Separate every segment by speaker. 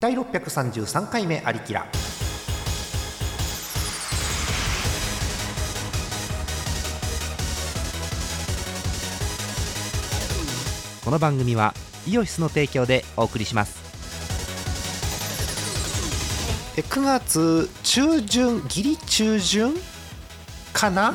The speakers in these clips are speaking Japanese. Speaker 1: 第633回目「アリキラ」この番組はイオシスの提供でお送りしますえ9月中旬ギリ中旬かな、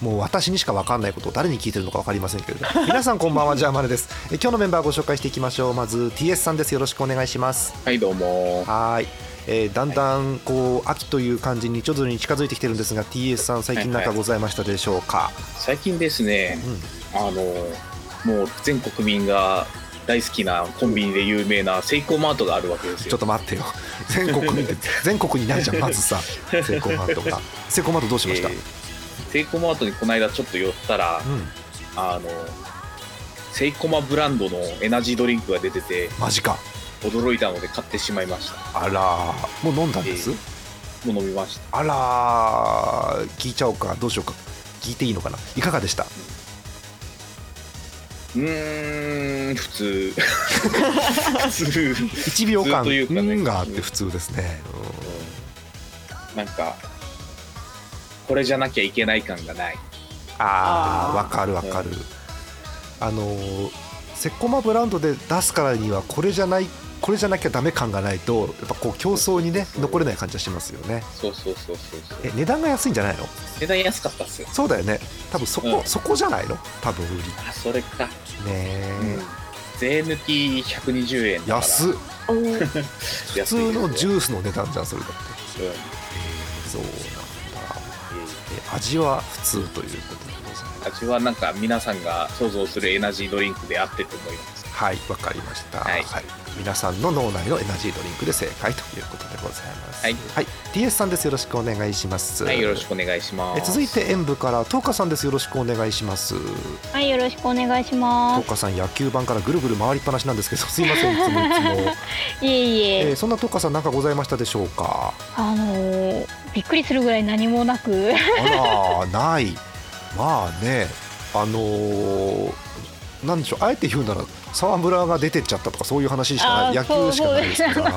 Speaker 1: もう私にしか分かんないことを誰に聞いてるのか分かりませんけれど 皆さんこんばんはジャーマネですえ今日のメンバーご紹介していきましょうまず TS さんですよろしくお願いします
Speaker 2: はいどうも
Speaker 1: はーい、えーだんだんこう秋という感じに徐々に近づいてきてるんですが TS さん最近何かございましたでしょうか、
Speaker 2: 最近ですね
Speaker 1: うん
Speaker 2: あのもう全国民が大好きなコンビニで有名なセイコーマートがあるわけですよ
Speaker 1: ちょっと待ってよ全国に 全国にないじゃんまずさセイコーマートがセイコーマートどうしました、
Speaker 2: えーセイコーマートにこの間ちょっと寄ったら、
Speaker 1: うん
Speaker 2: あのセイコマブランドのエナジードリンクが出てて
Speaker 1: マジか
Speaker 2: 驚いたので買ってしまいました
Speaker 1: あらーもう飲んだんです、
Speaker 2: えーもう飲みました
Speaker 1: あらー聞いちゃおうかどうしようか聞いていいのかないかがでした
Speaker 2: うーん 普通普通
Speaker 1: 1秒間
Speaker 2: 普通というかね
Speaker 1: うんがあって普通ですね、うん
Speaker 2: なんかこれじゃなきゃいけない感がない
Speaker 1: あ
Speaker 3: あ
Speaker 1: ー
Speaker 3: ー
Speaker 1: わかるわかる、あのーセコマブランドで出すからにはこれじゃないこれじゃなきゃダメ感がないとやっぱこう競争にね残れない感じはしますよね
Speaker 2: そうそうそうそうそう
Speaker 1: え値段が安いんじゃないの
Speaker 2: 値段安かったっすよ
Speaker 1: そうだよね多分そこ、
Speaker 2: うん
Speaker 1: そこじゃないの多分売りね
Speaker 2: あそれか、
Speaker 1: え、
Speaker 2: 税抜き120円だから
Speaker 1: 安っ
Speaker 3: おー
Speaker 1: 普
Speaker 2: 安いですよ
Speaker 1: 通のジュースの値段じゃんそれだって
Speaker 2: うんいえ
Speaker 1: そうなんだえ味は普通ということでございます
Speaker 2: いえ味はなんか皆さんが想像するエナジードリンクであってと思います
Speaker 1: はい、わかりました、は
Speaker 2: はいい
Speaker 1: 皆さんの脳内のエナジードリンクで正解ということでございます。
Speaker 2: はい
Speaker 1: はい、TS さんです。よろしくお願いします。
Speaker 2: はいよろしくお願いしま
Speaker 1: え
Speaker 2: す
Speaker 1: 続いて演舞からトーカさんです。よろしくお願いします。
Speaker 3: はい、よろしくお願いし
Speaker 1: ト
Speaker 3: ま
Speaker 1: ーカさん野球盤からぐるぐる回りっぱなしなんです けど、すいませんいつもいつも。
Speaker 3: す。いえいえ、
Speaker 1: えーそんなトーカさんなんかございましたでしょうか。
Speaker 3: あのー、びっくりするぐらい何もなく、
Speaker 1: あらない。まあね、あのーなんでしょうあえて言うなら沢村が出てっちゃったとかそういう話しかない
Speaker 3: あ
Speaker 1: 野
Speaker 3: ーそう
Speaker 1: 球しかないですか
Speaker 3: そう
Speaker 1: ら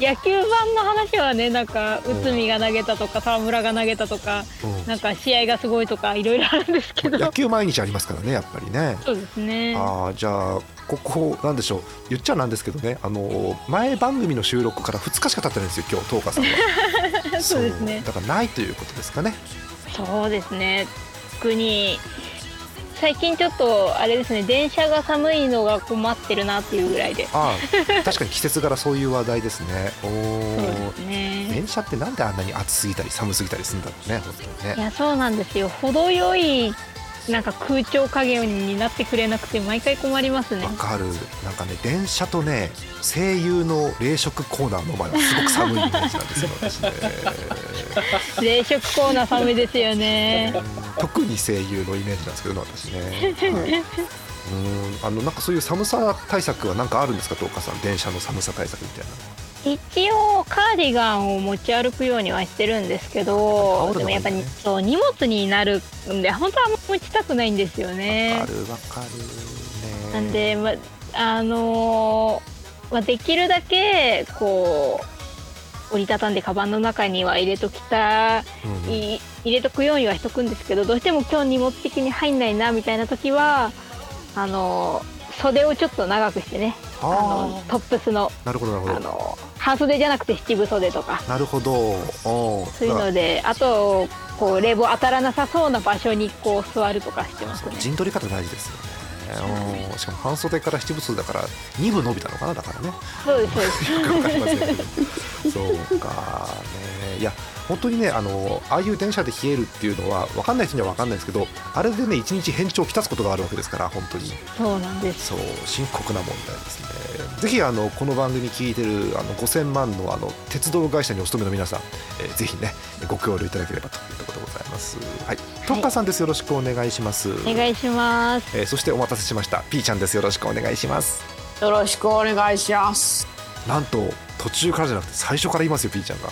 Speaker 3: 野球盤の話はね、なんか内海が投げたとか、沢村が投げたとか、
Speaker 1: うん
Speaker 3: なんか試合がすごいとかいろいろあるんですけど、
Speaker 1: 野球毎日ありますからねやっぱりね。
Speaker 3: そうですね。
Speaker 1: あーじゃあここなんでしょう言っちゃなんですけどねあの前番組の収録から2日しか経ってないんですよ今日東花さんは
Speaker 3: そうですね
Speaker 1: そうだからないということですかね
Speaker 3: そうですね。特に最近ちょっとあれですね、電車が寒いのが困ってるなっていうぐらいで。
Speaker 1: ああ確かに季節柄そういう話題ですねお
Speaker 3: そうで
Speaker 1: ー
Speaker 3: すね。
Speaker 1: 電車ってなんであんなに暑すぎたり寒すぎたりするんだろうね本当に
Speaker 3: い
Speaker 1: ね
Speaker 3: やそうなんですよ程よいなんか空調加減になってくれなくて毎回困りますね
Speaker 1: わかるなんかね電車とね声優の冷食コーナーの前はすごく寒いイメージなんですよ私ね
Speaker 3: 冷食コーナー寒いですよね
Speaker 1: 特に声優のイメージなんですけどね私ね、はい、うんあのなんかそういう寒さ対策はなんかあるんですか東花さん電車の寒さ対策みたいな
Speaker 3: 一応カーディガンを持ち歩くようにはしてるんですけ
Speaker 1: 羽
Speaker 3: ど
Speaker 1: 織るのがいいね
Speaker 3: でもやっぱりそう荷物になるんで本当はあんま持ちたくないんですよね
Speaker 1: わかるわかるね
Speaker 3: なんでまあのーまあ、できるだけこう折りたたんでカバンの中には入れときた
Speaker 1: うん
Speaker 3: い入れとくようにはしとくんですけどどうしても今日荷物的に入んないなみたいな時はあの袖をちょっと長くしてねあの
Speaker 1: あ
Speaker 3: トップスの
Speaker 1: ーなるほどな
Speaker 3: あ
Speaker 1: るほど
Speaker 3: の半袖じゃなくて七分袖とか
Speaker 1: なるほどお
Speaker 3: そういうのであとこう冷房当たらなさそうな場所にこう座るとかしてますね
Speaker 1: 陣取り方大事ですよねおーしかも半袖から七分袖だから二分伸びたのかなだからね
Speaker 3: そうですそうです
Speaker 1: よくわかりませんけどそうかねいや本当にねあのああいう電車で冷えるっていうのは分かんない人には分かんないですけどあれでね一日変調をきたすことがあるわけですから本当に
Speaker 3: そうなんです
Speaker 1: そう深刻な問題ですねぜひあのこの番組聞いてるあの5000万のあの鉄道会社にお勤めの皆さん、えーぜひねご協力いただければというところでございますはいとっかさんですよろしくお願いします
Speaker 3: お願いします
Speaker 1: えーそしてお待たせしました P ちゃんですよろしくお願いします
Speaker 4: よろしくお願いします。
Speaker 1: なんと途中からじゃなくて最初から言いますよ P ちゃんが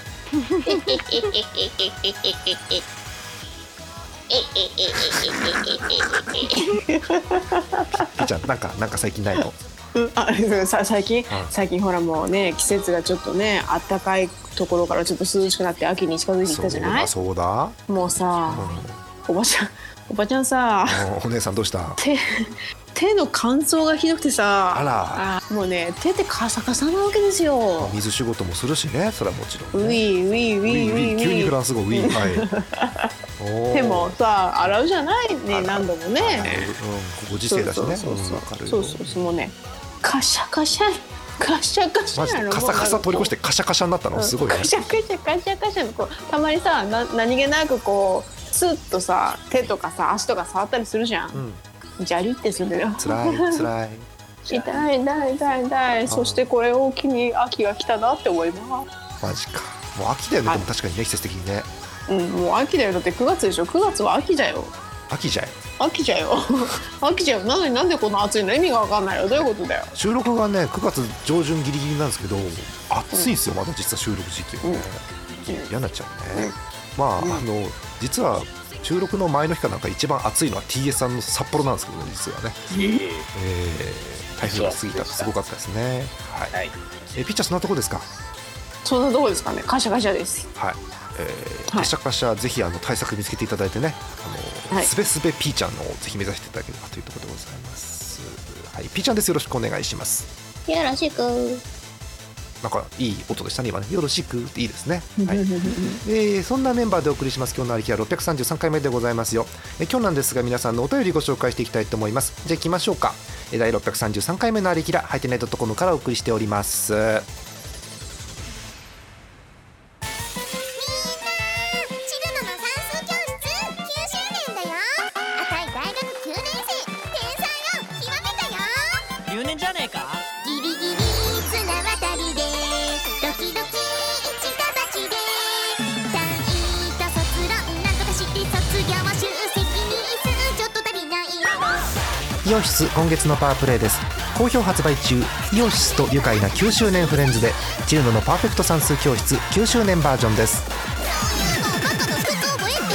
Speaker 1: P ちゃんなんかなんか最近ないの
Speaker 4: うんあそうさ最近
Speaker 1: ん
Speaker 4: 最近ほらもうね季節がちょっとねあったかいところからちょっと涼しくなって秋に近づいてき
Speaker 1: そう
Speaker 4: たじゃな
Speaker 1: だ
Speaker 4: い
Speaker 1: そうだ、
Speaker 4: もうさ
Speaker 1: うん
Speaker 4: おばちゃんおばちゃんさ
Speaker 1: おお姉さんどうした
Speaker 4: 手手の乾燥がひどくてさ
Speaker 1: あら
Speaker 4: あもうね手ってカサカサなわけですよ
Speaker 1: 水仕事もするしねそれはもちろ
Speaker 4: ウ
Speaker 1: ん、ね、
Speaker 4: ィーウィーウィーウィーウ
Speaker 1: 急に
Speaker 4: ィ
Speaker 1: フラ
Speaker 4: ー
Speaker 1: ンス語ウィー はいおー
Speaker 4: 手もさ洗うじゃないね何度もね
Speaker 1: うん、ご時世だしね
Speaker 4: そうそう
Speaker 1: うん
Speaker 4: そう
Speaker 1: わかるよ
Speaker 4: そうそうそうもうねカシャカシャ カシャカシ
Speaker 1: マジ
Speaker 4: ャ
Speaker 1: で
Speaker 4: の
Speaker 1: カサカサ通り越しててカシャカシャになったのすごいね
Speaker 4: カシャカシャカシャカシャのこうたまにさな何気なくこうスッとさ手とかさ足とか触ったりするじゃ
Speaker 1: うんん
Speaker 4: ジャリってするよ
Speaker 1: 辛い辛い
Speaker 4: 痛い痛い痛い痛いそしてこれを機に秋が来たなって思いま
Speaker 1: マジかもう秋だよね
Speaker 4: は
Speaker 1: でも
Speaker 4: い
Speaker 1: 確かにね季節的にね
Speaker 4: すうんもう秋だよだって9月でしょ9月は秋じゃよ
Speaker 1: 秋じゃい
Speaker 4: 秋じゃよ 秋じゃよなのになんでこの暑いの意味が分かんないよどういうことだよ
Speaker 1: 収録がね9月上旬ギリギリなんですけど暑いんですよまだ実は収録時期はね
Speaker 4: うん
Speaker 1: 嫌になっちゃうねまああの実は収録の前の日かなんか一番暑いのは TS さんの札幌なんですけどね実はね、
Speaker 2: え
Speaker 1: えー、台風が過ぎたとすごかったですねはい
Speaker 2: えはい
Speaker 1: えピッチャーそんなとこですか
Speaker 4: そんなとこですかねカシャカシャです
Speaker 1: はい、えーカ
Speaker 4: はい
Speaker 1: シャカシャぜひあの対策見つけていただいてねあの、
Speaker 4: はい
Speaker 1: すべすべピーちゃんのをぜひ目指していただければというところでございますはいピーちゃんですよろしくお願いします
Speaker 3: よろしく
Speaker 1: なんかいい音でしたね今ねよろしくっていいですねはい
Speaker 4: は
Speaker 1: えーそんなメンバーでお送りします今日のありきは633回目でございますよ、えー今日なんですが皆さんのお便りご紹介していきたいと思いますじゃあ行きましょうかえー第633回目のありきらハイテナイドットコムからお送りしております
Speaker 5: チルノの算数教室9周年だよあたい大学9年生天才を極めたよ
Speaker 6: 留年じゃねえか
Speaker 5: ギリギリ綱渡りでドキドキ近鉢で単位と卒論なんとかして卒業集積日数ちょっと足りない
Speaker 1: イオシス今月のパワープレイです好評発売中イオシスと愉快な9周年フレンズでチルノのパーフェクト算数教室9周年バージョンです
Speaker 5: もうとっとと服覚えてよ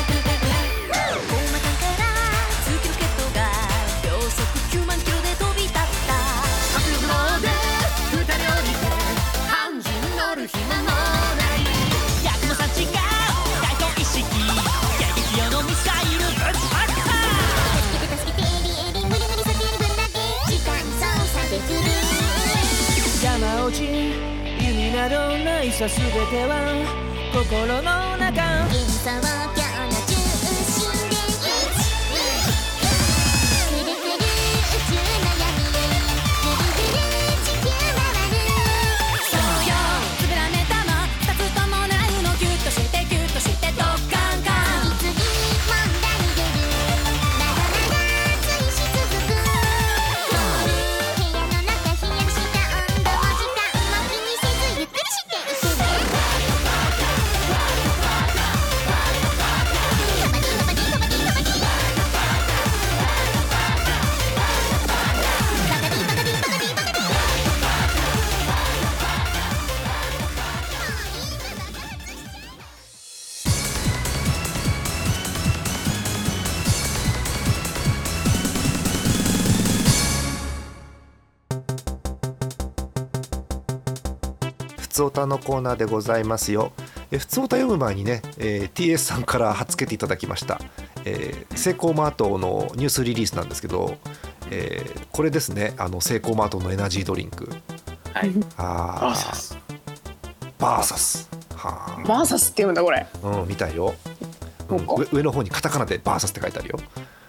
Speaker 7: 大まかから月ロケットが秒速9万キロで飛び立った白秒で二人降りて半人乗る暇もない役の差違う大統意識撃用のミサイルぶっ放った
Speaker 5: 助けて助けてエリエリ無理無理させる分だけ時間操作できる
Speaker 6: 山落ち弓などないさ全ては心の中
Speaker 5: 幻想郷の中心でぐるぐる宇宙の闇ぐるぐる地球回る
Speaker 7: そうよつぶらねたま二つともないのギュッとしてギュッとしてドッカン
Speaker 5: 次々問題出るまだまだ追し続く
Speaker 7: カン
Speaker 5: 部屋の中ひやした温度も時間も気にせずゆっくりしていくぜカバディカバディカバディカバディバカディバカディバカディバカディ
Speaker 1: ふつおたのコーナーでございますよえふつおた読む前にね、えー TS さんからはつけていただきました、えー、セイコーマートのニュースリリースなんですけど、えーこれですねあのセイコーマートのエナジードリンク
Speaker 2: はい
Speaker 1: あ
Speaker 2: あそうで
Speaker 1: ー
Speaker 2: す
Speaker 1: バーサスは
Speaker 4: バーサスって言うんだこれ
Speaker 1: あうんみたいよ、うん
Speaker 4: そうか
Speaker 1: 上上の方にカタカナでバーサスって書いてあるよ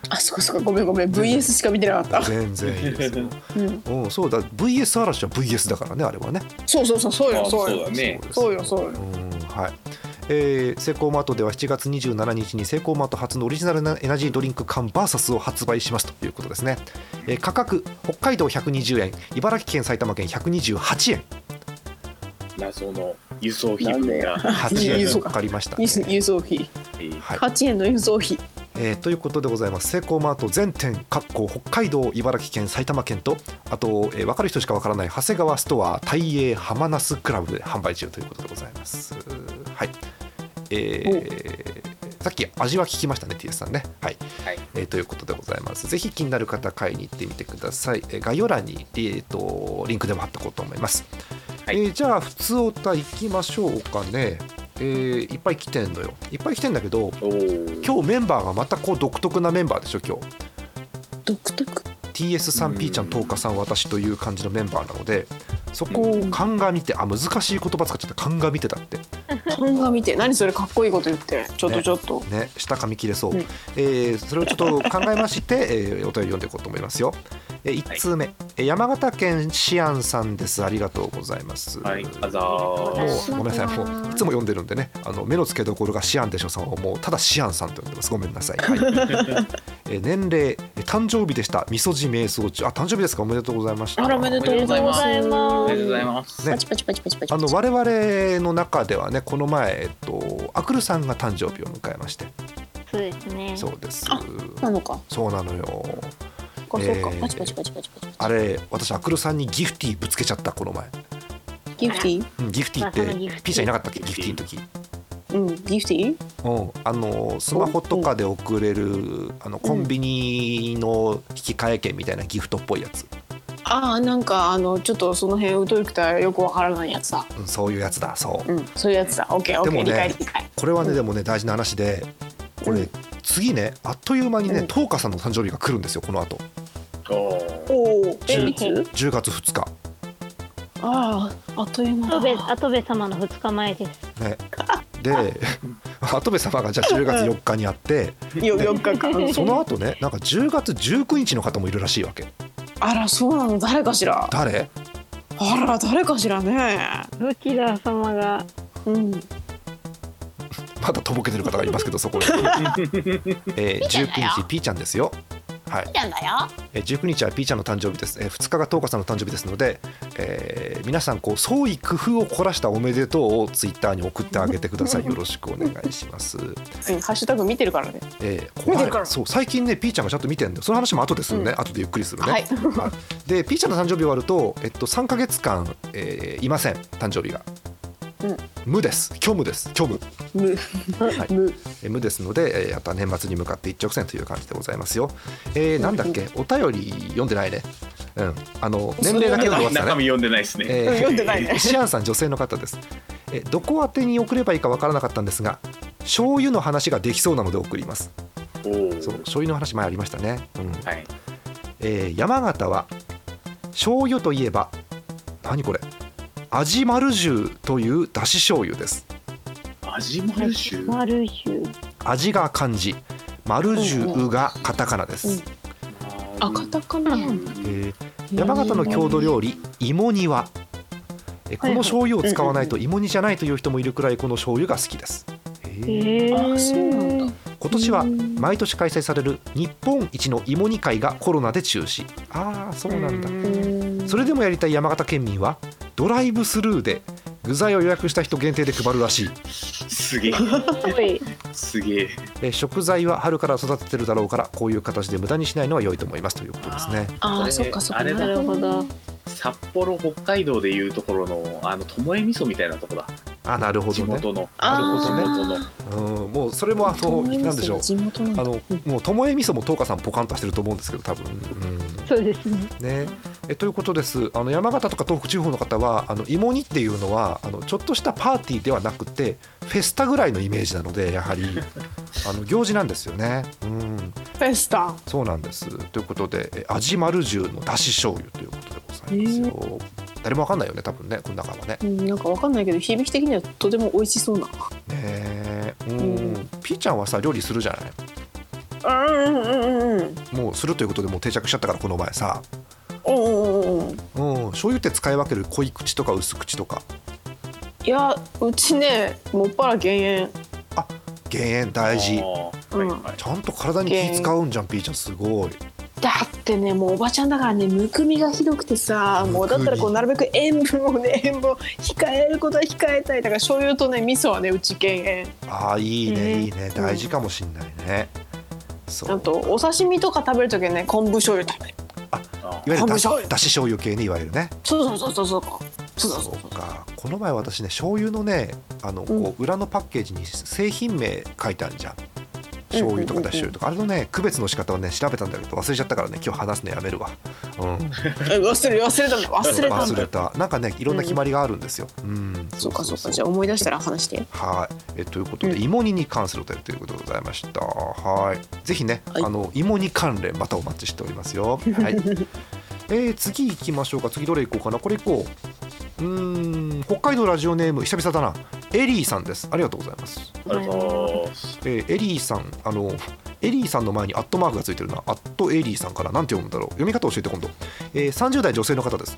Speaker 4: あそこそこごめんごめん VS しか見てなかった
Speaker 1: 全然いいです よ、
Speaker 4: うん
Speaker 1: うん、そうだ VS 嵐は VS だからねあれはね
Speaker 4: そうそうそうそう
Speaker 2: あ
Speaker 4: よ
Speaker 2: そ
Speaker 4: そう
Speaker 2: う
Speaker 4: よ
Speaker 2: だね
Speaker 4: そうよそうよ
Speaker 1: うんはいえー、セイコーマートでは7月27日にセイコーマート初のオリジナルなエナジードリンク缶バーサスを発売しますということですね、えー価格北海道120円茨城県埼玉県128円
Speaker 2: 謎の輸送費
Speaker 4: なん
Speaker 2: 分
Speaker 4: で
Speaker 2: が、
Speaker 1: 8
Speaker 4: いい
Speaker 1: 円
Speaker 4: そ
Speaker 1: か
Speaker 4: うか
Speaker 1: かりました、ね
Speaker 4: 輸送輸送費
Speaker 2: えー
Speaker 1: はい
Speaker 4: 8円の輸送費
Speaker 1: えーということでございますセイコーマート全店かっこ北海道茨城県埼玉県とあと、えー分かる人しか分からない長谷川ストア大英浜那須クラブで販売中ということでございますはいはいえーさっき味は聞きましたね TS さんねはい、
Speaker 2: はい
Speaker 1: えーということでございますぜひ気になる方買いに行ってみてください、えー概要欄に、えー、とリンクでも貼っておこうと思います、
Speaker 2: はい
Speaker 1: えーじゃあ普通おた行きましょうかねえーいっぱい来てんのよいっぱい来てんだけど
Speaker 2: おー
Speaker 1: 今日メンバーがまたこう独特なメンバーでしょ今日
Speaker 4: 独特
Speaker 1: TS さん
Speaker 2: うん
Speaker 1: P ちゃんとうかさん私という感じのメンバーなのでそこを鑑みてあ難しい言葉使っちゃった鑑みてだって
Speaker 4: 漫画見て何それかっこいいこと言ってちょっとちょっと、
Speaker 1: ね下噛み切れそう、
Speaker 4: うん
Speaker 1: えーそれをちょっと考えまして、えーお便り読んでいこうと思いますよ、え1通目、えー山形県シアンさんですありがとうございます、
Speaker 2: はいあざ
Speaker 1: もうご
Speaker 2: ー
Speaker 1: めんなさいもういつも読んでるんでねあの目の付けどころがシアンでしょさんをもうただシアンさんと呼んでますごめんなさい、はいえー年齢えー誕生日でしたみそじ瞑想中あ誕生日ですかおめでとうございました
Speaker 4: あらおめでとうございます
Speaker 3: おめでとうございます
Speaker 2: ありがとうございます
Speaker 1: ね
Speaker 4: パチパチパチパチパチ
Speaker 1: あの我々の中ではねこの前、えっと、アクルさんが誕生日を迎えまして
Speaker 3: そうですね
Speaker 1: そうです
Speaker 4: あなのか
Speaker 1: そうなのよ
Speaker 4: そっかそうか、
Speaker 1: えー
Speaker 4: パチパチパチパチパチ
Speaker 1: あれ私アクルさんにギフティーぶつけちゃったこの前、
Speaker 4: ギフティ
Speaker 1: うん、ギフティー
Speaker 3: まあそのギ
Speaker 1: って
Speaker 3: フティー
Speaker 1: P ちゃんいなかったっけギフティーの時、
Speaker 4: ーうんギフティー
Speaker 1: うん、あのスマホとかで送れるあのコンビニの引き換え券みたいなギフトっぽいやつ、
Speaker 4: ああなんかあのちょっとその辺疎いくたらよくわからないやつだ
Speaker 1: うん、そういうやつだそう
Speaker 4: うんそういうやつだオッケーオッ
Speaker 1: で
Speaker 4: ケ
Speaker 1: も
Speaker 4: ー
Speaker 1: ね
Speaker 4: 理解理解
Speaker 1: これはねでもね大事な話でこれ次ねあっという間に
Speaker 4: う
Speaker 1: ね
Speaker 4: ん
Speaker 1: トーカさんの誕生日が来るんですよこの後
Speaker 2: おー
Speaker 4: おおえ
Speaker 1: 十
Speaker 4: いつ
Speaker 1: 10月2日
Speaker 4: あああっという間
Speaker 3: アトベ
Speaker 4: だ
Speaker 3: アトベ様の2日前です
Speaker 1: ね、で跡部様がじゃあ10月4日にあって
Speaker 4: よ4日 間
Speaker 1: その後ねなんか10月19日の方もいるらしいわけ
Speaker 4: あらそうなの誰かしら
Speaker 1: 誰
Speaker 4: あら誰かしらね
Speaker 3: どちら様が
Speaker 4: うん
Speaker 1: まだとぼけてる方がいますけどそこ に、えー、19日ピーちゃんですよはい
Speaker 4: なんだよ
Speaker 1: えー19日はピーちゃんの誕生日です、えー2日が10日さんの誕生日ですので、えー皆さんこう創意工夫を凝らしたおめでとうをツイッターに送ってあげてくだ さいよろしくお願いします、
Speaker 4: うんハッシュタグ見てるからね
Speaker 1: えー
Speaker 4: 見てる
Speaker 1: 怖
Speaker 4: か
Speaker 1: い
Speaker 4: ら
Speaker 1: そう最近ねピーちゃんがちゃんと見てんだよその話も後ですよね、
Speaker 4: うん
Speaker 1: 後でゆっくりするね、
Speaker 4: はい
Speaker 1: はいでピーちゃんの誕生日終わると、えっと、3か月間、えーいません誕生日が、
Speaker 4: うん
Speaker 1: 無です虚無です虚無
Speaker 4: む
Speaker 1: はい
Speaker 4: む
Speaker 1: えー無ですので、えーやった年末に向かって一直線という感じでございますよ、えーなんだっけお便り読んでないねうんあの年齢だけで終わってた
Speaker 2: 中
Speaker 1: ね
Speaker 2: 身読んでないですね、
Speaker 1: えー
Speaker 4: うん読んでないね
Speaker 1: シアンさん女性の方ですえーどこ宛てに送ればいいかわからなかったんですが醤油の話ができそうなので送ります
Speaker 2: おー
Speaker 1: そう醤油の話前ありましたね、うん
Speaker 2: はい
Speaker 1: えー山形は醤油といえば何これ味丸重というだし醤油です
Speaker 2: 味まる種
Speaker 3: マルシュ
Speaker 1: 味が漢字丸重がカタカナです、
Speaker 4: あカタカナなんだ
Speaker 1: えー山形の郷土料理芋煮はえーこの醤油を使わないと芋煮じゃないという人もいるくらいこの醤油が好きです、えー
Speaker 3: えー、
Speaker 4: あそうなんだ
Speaker 1: 今年は毎年開催される日本一の芋煮会がコロナで中止ああそうなんだそれでもやりたい山形県民はドライブスルーで具材を予約した人限定で配るらしい
Speaker 2: すげえ
Speaker 3: すごい
Speaker 2: すげえ
Speaker 1: えー食材は春から育ててるだろうからこういう形で無駄にしないのは良いと思いますということですね
Speaker 4: あ
Speaker 2: こ
Speaker 4: ー
Speaker 2: れ
Speaker 4: そっかそっか
Speaker 2: あれだ
Speaker 3: なるほど
Speaker 2: 札幌北海道でいうところのあの巴味噌みたいなとこだ
Speaker 1: あなるほ
Speaker 2: 地
Speaker 1: どね
Speaker 2: 元の
Speaker 4: あー
Speaker 2: 地元の
Speaker 1: うんもうそれもあのなんでしょう
Speaker 4: 地元なん
Speaker 1: あ
Speaker 4: だ
Speaker 1: のもうともえみそもとうかさんポカンとしてると思うんですけど多分、う
Speaker 3: そうですね
Speaker 1: ん、ねえということですあの山形とか東北地方の方はあの芋煮っていうのはあのちょっとしたパーティーではなくてフェスタぐらいのイメージなのでやはりあの行事なんですよね、うん、
Speaker 4: フェスタ
Speaker 1: そうなんですということでえ味丸重のだし醤油ということでございますよ、誰もわかんないよね多分ねこの中はね
Speaker 4: うんなんかわかんないけど響き的にはとても美味しそうな
Speaker 1: ねうん、
Speaker 4: う
Speaker 1: ピーちゃんはさ料理するじゃない
Speaker 4: うんうんうんうん
Speaker 1: もうするということでもう定着しちゃったからこの前さ、
Speaker 4: うんうんうん
Speaker 1: うん、醤油って使い分ける濃い口とか薄口とか
Speaker 4: いやうちねもっぱら減塩
Speaker 1: 減塩大事
Speaker 2: あーはいはい
Speaker 1: ちゃんと体に気使うんじゃんピーちゃんすごい
Speaker 4: だってねもうおばちゃんだからねむくみがひどくてさもうだったらこうなるべく塩分をね 塩分を控えることは控えたいだから醤油とね味噌はねうち減塩
Speaker 1: ああいいね
Speaker 3: うん
Speaker 1: いいね大事かもしんないねそう
Speaker 4: あとお刺身とか食べるときはね昆布醤油食べる
Speaker 2: あ
Speaker 1: い
Speaker 2: ー
Speaker 1: わゆるだ
Speaker 4: 昆布
Speaker 1: し
Speaker 4: 醤油
Speaker 1: だし醤油系ねいわゆるね
Speaker 4: そうそうそうそうそうそうそう
Speaker 1: そうかこの前私ね醤油のねあのこう裏のパッケージに製品名書いてあるじゃん醤油とかだし醤油とかあれのね区別の仕方をね調べたんだけど忘れちゃったからね今日話すのやめるわうん
Speaker 4: え忘れ忘れたんだ忘れたん
Speaker 1: 忘
Speaker 4: だ
Speaker 1: れたなんかねいろんな決まりがあるんですようん
Speaker 4: そうかそうかじゃあ思い出したら話して
Speaker 1: はい、えということで、
Speaker 4: うん
Speaker 1: 芋煮に関するお便りということでございました。はい、ぜひね、
Speaker 4: はい
Speaker 1: あの芋煮関連またお待ちしております よ。はい。えー、次行きましょうか。次どれ行こうかな。これ行こう。うーん、北海道ラジオネーム久々だな。エリーさんです。ありがとうございます。
Speaker 2: ありがとうございます
Speaker 1: えーエリーさん、あの。エリーさんの前にアットマークがついてるな。アットエリーさんからなんて読むんだろう。読み方教えて今度。えー、30代女性の方です。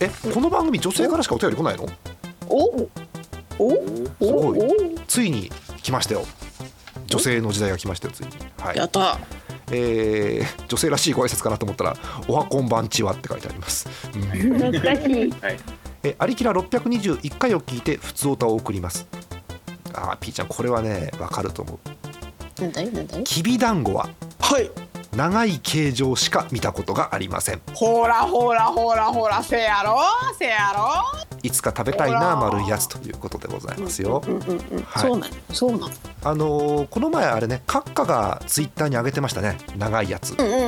Speaker 1: え、この番組女性からしかお便り来ないの？
Speaker 4: おおお
Speaker 1: ごい
Speaker 4: お
Speaker 1: ついに来ましたよ女性の時代が来ましたよついに、は
Speaker 4: や
Speaker 1: い
Speaker 4: った
Speaker 1: えー女性らしいご挨拶かなと思ったら「おはこんばんちは」って書いてあります、うん
Speaker 3: 懐かしい。
Speaker 2: はい
Speaker 1: え「アリキラ621回」を聞いて「ふつおた」を送りますあーピーちゃんこれはねわかると思う
Speaker 4: なんだいなんだい
Speaker 1: きびだんごは
Speaker 4: はい
Speaker 1: 長い形状しか見たことがありません
Speaker 4: ほらほらほらほらせやろせやろ
Speaker 1: いつか食べたいな
Speaker 4: ほら
Speaker 1: 丸いやつということでございますよ、
Speaker 4: うんうんうん
Speaker 1: はい
Speaker 4: そうなのそうなの
Speaker 1: あのーこの前あれねカッカがツイッターに上げてましたね長いやつ、
Speaker 4: うんうんうん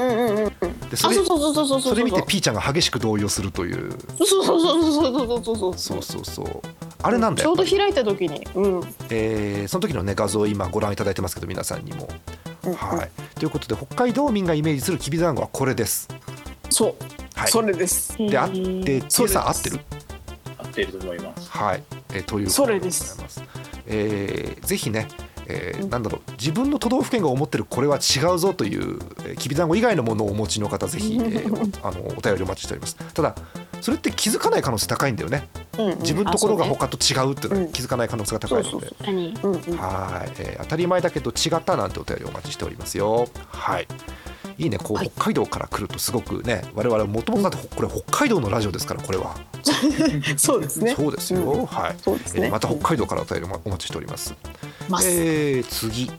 Speaker 4: うんうん
Speaker 1: でそ
Speaker 4: あ
Speaker 1: れ
Speaker 4: そうそうそうそうそう
Speaker 1: それ見て
Speaker 4: ピ
Speaker 1: ピーちゃんが激しく動揺するという
Speaker 4: そうそうそうそうそうそ
Speaker 1: そ
Speaker 4: うそうう
Speaker 1: そうそう。あれなんだ
Speaker 4: ち
Speaker 1: よ
Speaker 4: ょう。ど開いた時にうん
Speaker 1: えーその時のね画像を今ご覧いただいてますけど皆さんにも。
Speaker 4: うん
Speaker 1: はい。ということで北海道民がイメージするきびだんごはこれです。
Speaker 4: そう
Speaker 1: はい。
Speaker 4: それです
Speaker 1: であって
Speaker 4: そ
Speaker 1: T
Speaker 4: れです
Speaker 1: さん合ってる。
Speaker 2: 合ってると思います
Speaker 1: はい。えーということ
Speaker 4: それです
Speaker 1: ございます。えーぜひね。えーなんだろう自分の都道府県が思ってるこれは違うぞという、えーきびだんご以外のものをお持ちの方ぜひ、えーあのお便りお待ちしておりますただそれって気づかない可能性高いんだよね
Speaker 4: うんうん
Speaker 1: 自分のところが
Speaker 4: あそうね
Speaker 1: 他と違うっていうのは気づかない可能性が高いので、
Speaker 4: そうそうそう
Speaker 3: 何
Speaker 4: うんうん
Speaker 1: はい、えー当たり前だけど違ったなんてお便りお待ちしておりますよ。はい。いいね、こう、
Speaker 4: はい
Speaker 1: 北海道から来るとすごくね、我々はもともとだってこれ北海道のラジオですから、これは。
Speaker 4: そうですね。
Speaker 1: そうですよ。
Speaker 4: うん
Speaker 1: はい。
Speaker 4: そうです
Speaker 1: え
Speaker 4: ね。
Speaker 1: ーまた北海道からお便りお待お待ちしております。
Speaker 4: ます
Speaker 1: えー次、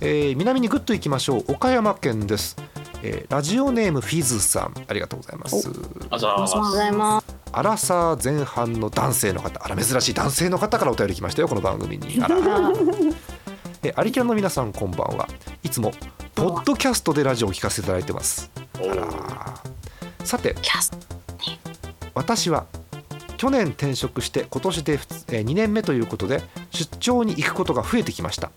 Speaker 1: えー南にぐっと行きましょう。岡山県です。えーラジオネームフィズさん、ありがとうございます。
Speaker 2: あざー
Speaker 4: あざー
Speaker 3: ございます。
Speaker 1: アラサー前半の男性の方あら珍しい男性の方からお便り来ましたよこの番組 にあらえアリキャンの皆さんこんばんはいつもポッドキャストでラジオを聞かせていただいてます
Speaker 2: お
Speaker 1: あ
Speaker 2: ー
Speaker 1: らさて
Speaker 4: キャス
Speaker 1: 私は去年転職して今年で2年目ということで出張に行くことが増えてきました、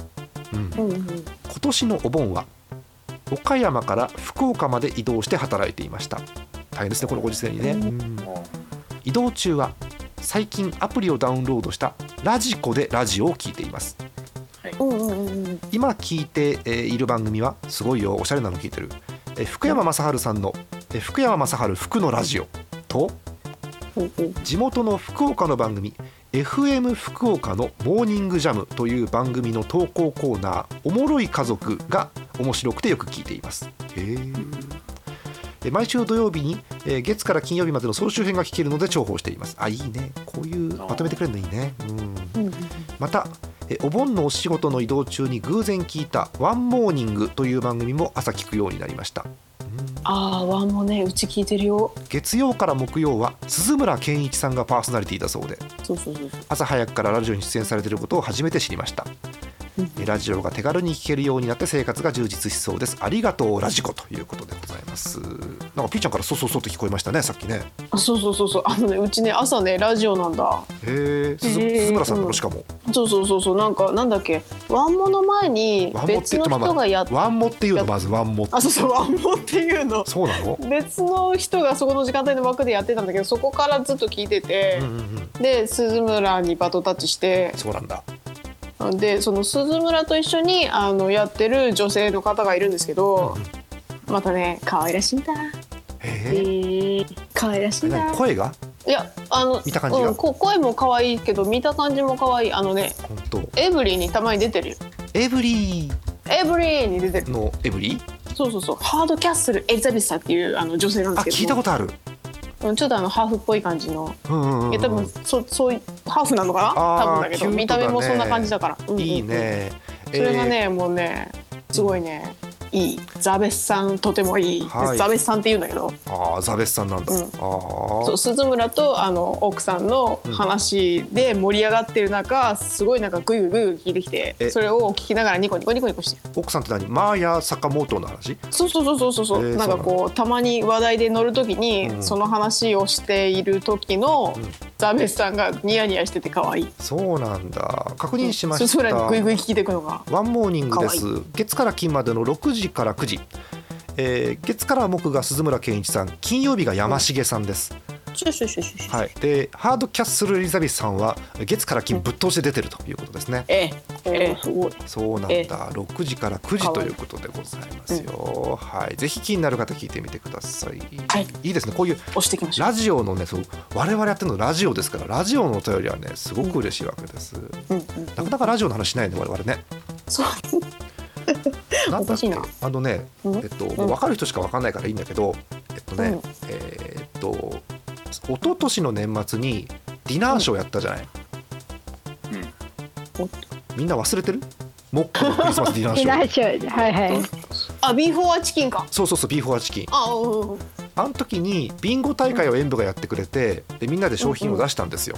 Speaker 1: うん、
Speaker 4: うんうん。
Speaker 1: 今年のお盆は岡山から福岡まで移動して働いていました大変ですねこのご時世にね、うん
Speaker 2: も
Speaker 1: 移動中は最近アプリをダウンロードしたラジコでラジオを聞いています
Speaker 4: うんうんうんうん。
Speaker 1: 今聞いてえーいる番組はすごいよおしゃれなの聞いてるえー福山雅治さんのえー福山雅治福のラジオと
Speaker 4: うんうん
Speaker 1: 地元の福岡の番組 FM 福岡のモーニングジャムという番組の投稿コーナーおもろい家族が面白くてよく聞いていますへーえ毎週土曜日に、えー月から金曜日までの総集編が聞けるので重宝していますあいいねこういうまとめてくれるのいいねうん
Speaker 4: うんうん。
Speaker 1: またえお盆のお仕事の移動中に偶然聞いた「ワンモーニング」という番組も朝聞くようになりました
Speaker 4: ああワンもねうち聞いてるよ。
Speaker 1: 月曜から木曜は鈴村健一さんがパーソナリティだそうで
Speaker 4: そうそうそう。
Speaker 1: 朝早くからラジオに出演されていることを初めて知りました
Speaker 4: うん
Speaker 1: えラジオが手軽に聴けるようになって生活が充実しそうですありがとうラジコということでございますなんかピーちゃんからそうそうそうって聞こえましたねさっきね
Speaker 4: あそうそうそうそうあのねうちね朝ねラジオなんだ。
Speaker 1: へえ鈴
Speaker 4: へー
Speaker 1: 鈴村さんな
Speaker 4: う
Speaker 1: の
Speaker 4: ん
Speaker 1: しかも
Speaker 4: そうそうそうそうなんかなんだっけワンモの前に
Speaker 1: ワンモって
Speaker 4: 別
Speaker 1: 言っ
Speaker 4: の
Speaker 1: てま
Speaker 4: 人がやっ
Speaker 1: ワンモっていうのまずワンモ
Speaker 4: あそうそうワンモっていうの。
Speaker 1: そうなの
Speaker 4: 別の人がそこの時間帯の枠でやってたんだけどそこからずっと聞いてて
Speaker 1: うん、うんうん
Speaker 4: で鈴村にバトンタッチして
Speaker 1: そうなんだ
Speaker 4: でその鈴村と一緒にあのやってる女性の方がいるんですけど、またね可愛らしいんだ
Speaker 3: え
Speaker 1: へえ
Speaker 3: ー、
Speaker 4: 可愛らしいんだ
Speaker 1: 声が
Speaker 4: いやあの
Speaker 1: 見た感じが
Speaker 4: うん、こ声も可愛いけど見た感じも可愛いあのね
Speaker 1: 本当
Speaker 4: エブリーにたまに出てるよ
Speaker 1: エブリ
Speaker 4: エブリーに出て
Speaker 1: ー
Speaker 4: る
Speaker 1: のエブリー
Speaker 4: そうそうそうハードキャッスルエリザベスさんっていうあの女性なん
Speaker 1: あ
Speaker 4: ですけ
Speaker 1: 聞
Speaker 4: ど
Speaker 1: いたことある
Speaker 4: と、うん、ちょっとあのハーフっぽい感じの、
Speaker 1: うんうんうん
Speaker 4: いや多分そそういハーフなのかな
Speaker 1: あー
Speaker 4: 多分だけ
Speaker 1: キュートだ
Speaker 4: ど
Speaker 1: ね
Speaker 4: 見た目もそんな感じだからうんうんうん
Speaker 1: いいね
Speaker 4: それがね、もうねすごいね、いいザベスさんとてもいい、
Speaker 1: はい
Speaker 4: ザベスさんって言うんだけど
Speaker 1: ああザベスさんなんだ、
Speaker 4: うん
Speaker 1: ああ
Speaker 4: そう鈴村とあの奥さんの話で盛り上がってる中すごいなんかグイグイグイグイ聞いてき
Speaker 1: え
Speaker 4: てそれを聞きながらニコニコニコニコしてる
Speaker 1: 奥さんって何マーヤ坂本の話
Speaker 4: そうそうそうそうそう、
Speaker 1: えー
Speaker 4: なんかこうたまに話題で乗る時に、
Speaker 1: うん
Speaker 4: その話をしている時の、
Speaker 1: うん
Speaker 4: ザベスさんがニヤニヤしてて可愛い
Speaker 1: そうなんだ確認しました、
Speaker 4: 鈴村にグイグイ聞いていくのが
Speaker 1: ワンモーニングです
Speaker 4: か
Speaker 1: 月から金までの6時から9時、えー月から木が鈴村健一さん金曜日が山重さんです、
Speaker 4: シュシュシュシュシュ、
Speaker 1: はい、でハードキャッスルエリザベスさんは月から金ぶっ通して出てるということですね
Speaker 4: ええええ
Speaker 3: すごい
Speaker 1: そうなんだ6時から9時ということでございますよ、はい、ぜひ気になる方聞いてみてください、
Speaker 4: はい
Speaker 1: い、いですねこういう
Speaker 4: 押していきましょう
Speaker 1: ラジオのねそう我々やってるのラジオですからラジオのお便りはねすごく嬉しいわけです、
Speaker 4: うんうん、
Speaker 1: なかなかラジオの話しないね我々ね
Speaker 4: そう
Speaker 1: なんだっけ
Speaker 4: おかしいな
Speaker 1: あのね、
Speaker 4: うん
Speaker 1: えっと、もう分かる人しか分かんないからいいんだけど、えっとね、
Speaker 4: うん
Speaker 1: えーっと一昨年の年末にディナーショーやったじゃない、
Speaker 4: うんおっ
Speaker 1: みんな忘れてるモックのクリスマスディナー
Speaker 3: ディ
Speaker 1: ショ
Speaker 3: ナー
Speaker 1: ー
Speaker 3: ショーはいはい
Speaker 4: あビーフォアチキンか
Speaker 1: そうそうそうビーフォアチキン
Speaker 4: あうんうん
Speaker 1: あの時にビンゴ大会を演舞がやってくれてでみんなで商品を出したんですよ、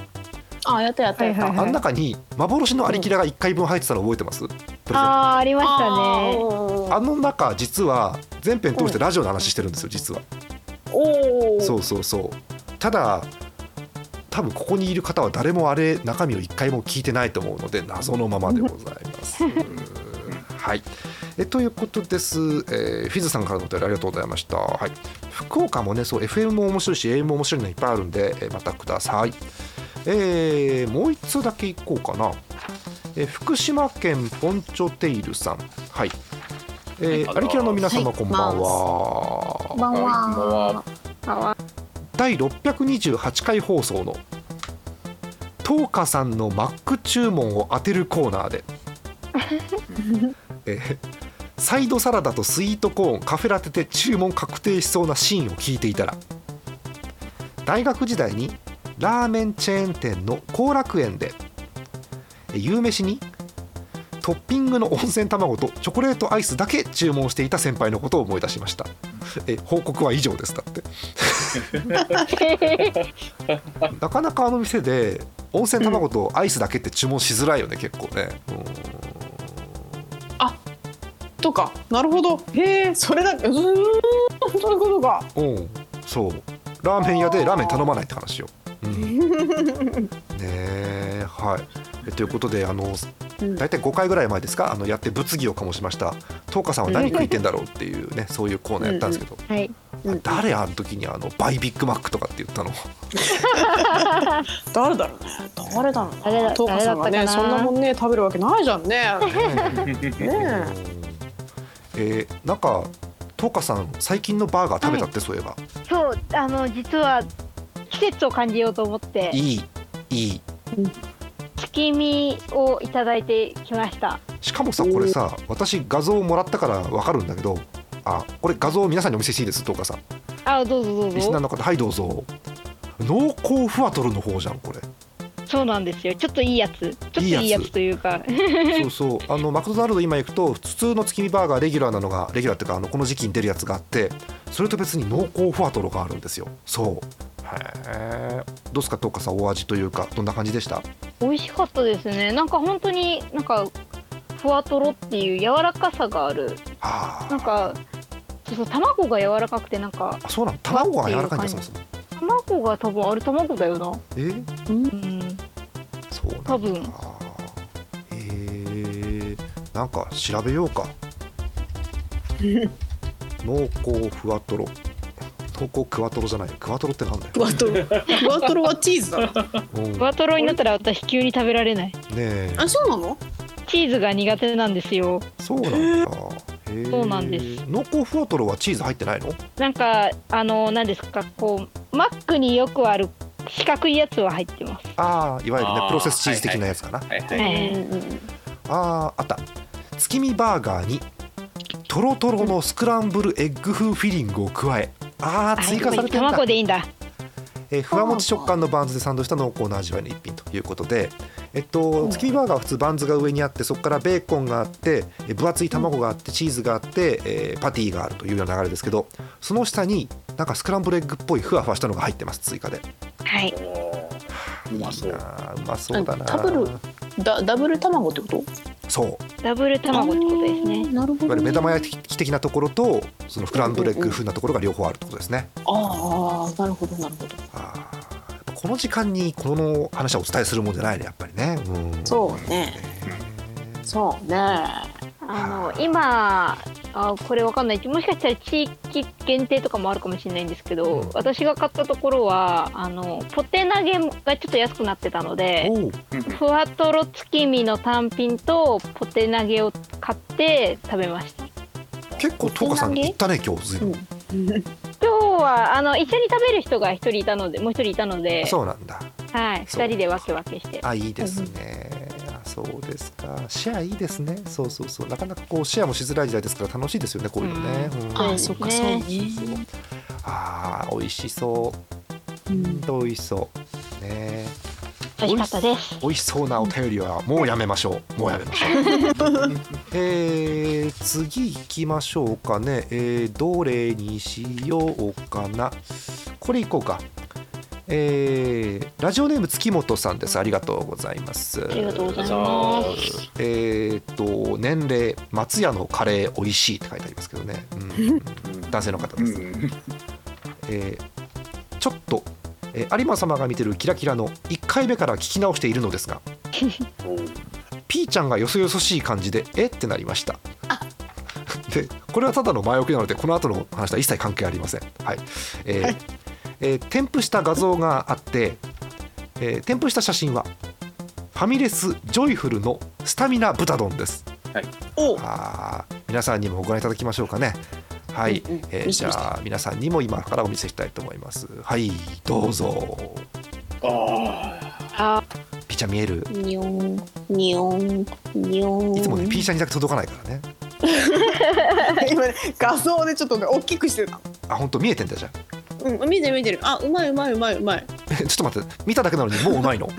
Speaker 4: あやったやったやった、
Speaker 3: はいはい
Speaker 1: あん中に幻のアリキラが1回分入ってたの覚えてますプレゼント
Speaker 3: ああーありました
Speaker 4: あ
Speaker 3: ね
Speaker 1: あの中実は全編通してラジオの話してるんですよ実は
Speaker 4: ーおお
Speaker 1: そうそうそうただ多分ここにいる方は誰もあれ中身を一回も聞いてないと思うので謎のままでございます。はいえということです、えーフィズさんからのお便りありがとうございました、はい、福岡もねそう FM も面白いし AM も面白いのいっぱいあるんで、えーまたください、えーもう一つだけいこうかな、えー福島県ポンチョテイルさんはい、えー、アリキラの皆様こんばんは、
Speaker 2: こんばんは。
Speaker 1: 第628回放送の東花さんのマック注文を当てるコーナーでえーサイドサラダとスイートコーンカフェラテで注文確定しそうなシーンを聞いていたら大学時代にラーメンチェーン店の後楽園でえー夕飯にトッピングの温泉卵とチョコレートアイスだけ注文していた先輩のことを思い出しましたえー報告は以上ですだってなかなかあの店で温泉卵とアイスだけって注文しづらいよね、結構ね。
Speaker 4: とかなるほどへえそれだうーんそういうことか
Speaker 1: うん、うんそう。ラーメン屋でラーメン頼まないって話よ。 うん、ねえ、はい。えということで、あの、大体5回ぐらい前ですか、あのやって物議を醸しました。東花さんは何食いてんだろうっていうね、そういうコーナーやったんですけど。
Speaker 3: はい
Speaker 1: 誰あの時にあのバイビッグマックとかって言ったの。
Speaker 4: 誰だろうね誰だろう
Speaker 3: 誰だ
Speaker 4: なトーカさんが
Speaker 3: 誰
Speaker 4: ね
Speaker 3: だったか
Speaker 4: そ
Speaker 3: なん
Speaker 4: なもんね食べるわけない じゃんねね
Speaker 1: えーなんか東花さん最近のバーガー食べたって、そういえば。
Speaker 3: そうあの実は季節を感じようと思って
Speaker 1: いいいい
Speaker 3: 月見をいただいてきました
Speaker 1: しかもさこれさ私画像をもらったからわかるんだけどあこれ画像を皆さんにお見せしていいです東花さん
Speaker 3: あどうぞどう
Speaker 1: リスナー
Speaker 3: ぞ
Speaker 1: の方はいどうぞ濃厚ふわとろの方じゃん これ
Speaker 3: そうなんですよちょっといいやつちょっと
Speaker 1: いいやつ
Speaker 3: いいやつというか
Speaker 1: そうそうあのマクドナルド今行くと普通の月見バーガーレギュラーなのがレギュラーっていうかあのこの時期に出るやつがあってそれと別に濃厚ふわとろがあるんですよそうへえどうですか東花さんお味というかどんな感じでした
Speaker 3: 美味しかったですねなんか本当になんかふわとろっていう柔らかさがある
Speaker 1: あ
Speaker 3: なん
Speaker 1: ー
Speaker 3: かそうそう卵が柔らかくてなんか
Speaker 1: あそうなの卵が柔らかいんだそもそも
Speaker 3: 卵が多分あれ卵だよな
Speaker 1: えー
Speaker 3: うん
Speaker 1: そうなんだ
Speaker 3: 多分
Speaker 1: へえなんか調べよう か濃厚ふわとろ濃厚クワトロじゃないクワトロってなんだよ
Speaker 4: ふ、わとろふわとろはチーズだ な
Speaker 1: うん、
Speaker 3: ふ
Speaker 1: ね
Speaker 3: わとろになったら私急に食べられない
Speaker 1: え
Speaker 4: あそうなの
Speaker 3: チーズが苦手なんですよ
Speaker 1: そうなんだへえ
Speaker 3: そうなんです
Speaker 1: 濃厚ふわとろはチーズ入ってないの
Speaker 3: なんかあの何ですかこうマックによくある四角いやつは入ってます
Speaker 1: ああいわゆるね
Speaker 2: あー
Speaker 1: プロセスチーズ的なやつかな、
Speaker 2: はいは。
Speaker 3: はいい
Speaker 1: あーあった月見バーガーにとろとろのスクランブルエッグ風フィリングを加えあー追加されてんだ
Speaker 3: 卵でいいんだ
Speaker 1: えーふわもち食感のバンズでサンドした濃厚な味わいの一品ということで、えっと、月見バーガーは普通バンズが上にあってそこからベーコンがあってえ分厚い卵があってチーズがあって、えーパティがあるというような流れですけどその下になんかスクランブルエッグっぽいふわふわしたのが入ってます追加で
Speaker 3: はい
Speaker 2: うんうまそう
Speaker 1: あーうまそうだな
Speaker 4: ダブルだダブル卵ってこと
Speaker 1: そう
Speaker 3: ダブル卵ってことです
Speaker 4: あ
Speaker 3: ね
Speaker 4: ーなる
Speaker 1: い
Speaker 4: ほ
Speaker 1: わゆる
Speaker 4: ど、ね、
Speaker 1: 目玉焼き的なところとそのスクランブルエッグ風なところが両方あるってことですね
Speaker 4: ああなるほどなるほど
Speaker 1: あーやっぱこの時間にこの話はお伝えするもんじゃないねやっぱりねうん
Speaker 4: そうねそうね
Speaker 3: あの今あこれわかんないもしかしたら地域限定とかもあるかもしれないんですけど、
Speaker 1: うん
Speaker 3: 私が買ったところはあのポテ投げがちょっと安くなってたので
Speaker 1: おう
Speaker 3: ふわとろ月見の単品とポテ投げを買って食べました
Speaker 1: 結構トウカさん行ったね今日ずいぶん
Speaker 3: 今日はあの一緒に食べる人が一人いたのでもう一人いたので、
Speaker 1: そうなんだ
Speaker 3: はい、
Speaker 1: そう
Speaker 3: 二人で分け分けして
Speaker 1: あいいですね、あそうですかシェアいいですねそうそうそうなかなかこうシェアもしづらい時代ですから楽しいですよねこういうのね、うん
Speaker 4: あ
Speaker 3: は
Speaker 4: あ
Speaker 3: い
Speaker 4: そっか
Speaker 3: ね
Speaker 4: そうね
Speaker 1: あー美味しそう
Speaker 4: うん
Speaker 1: ほんと美味しそうね
Speaker 3: 美味しかったです
Speaker 1: 美味しそうなお便りはもうやめましょうもうやめましょ うえー、次行きましょうかねえー、どれにしようかなこれいこうかえー、ラジオネーム月本さんですありがとうございます
Speaker 3: ありがとうござい
Speaker 2: あ
Speaker 3: ます
Speaker 1: えーっと年齢松屋のカレー美味しいって書いてありますけどね、うん男性の方で
Speaker 2: う
Speaker 1: す、
Speaker 2: ん
Speaker 1: えーちょっと、えー有馬様が見てるキラキラの1回目から聞き直しているのですがピーちゃんがよそよそしい感じでえってなりました でこれはただの前置きなのでこの後の話とは一切関係ありませんはい、えーえー添付した画像があって、えー添付した写真はファミレスジョイフルのスタミナ豚丼です
Speaker 4: お
Speaker 1: あー皆さんにもご覧いただきましょうかねはい、
Speaker 4: うんうん
Speaker 1: えー
Speaker 4: 見せ
Speaker 1: じ
Speaker 4: ました
Speaker 1: ゃあ皆さんにも今からお見せしたいと思いますはいどうぞ
Speaker 2: あ
Speaker 4: あ
Speaker 1: ピーちゃん見える
Speaker 4: にょんにょんにょん
Speaker 1: いつ もねピーちゃんにだけ届かないからね
Speaker 4: 今ね画像でちょっとね大きくしてた
Speaker 1: あ本当見えてんだじゃん
Speaker 4: うん見てる見てるあうまいうまいうまいうまい
Speaker 1: ちょっと待って見ただけなのにもうう まいの
Speaker 3: う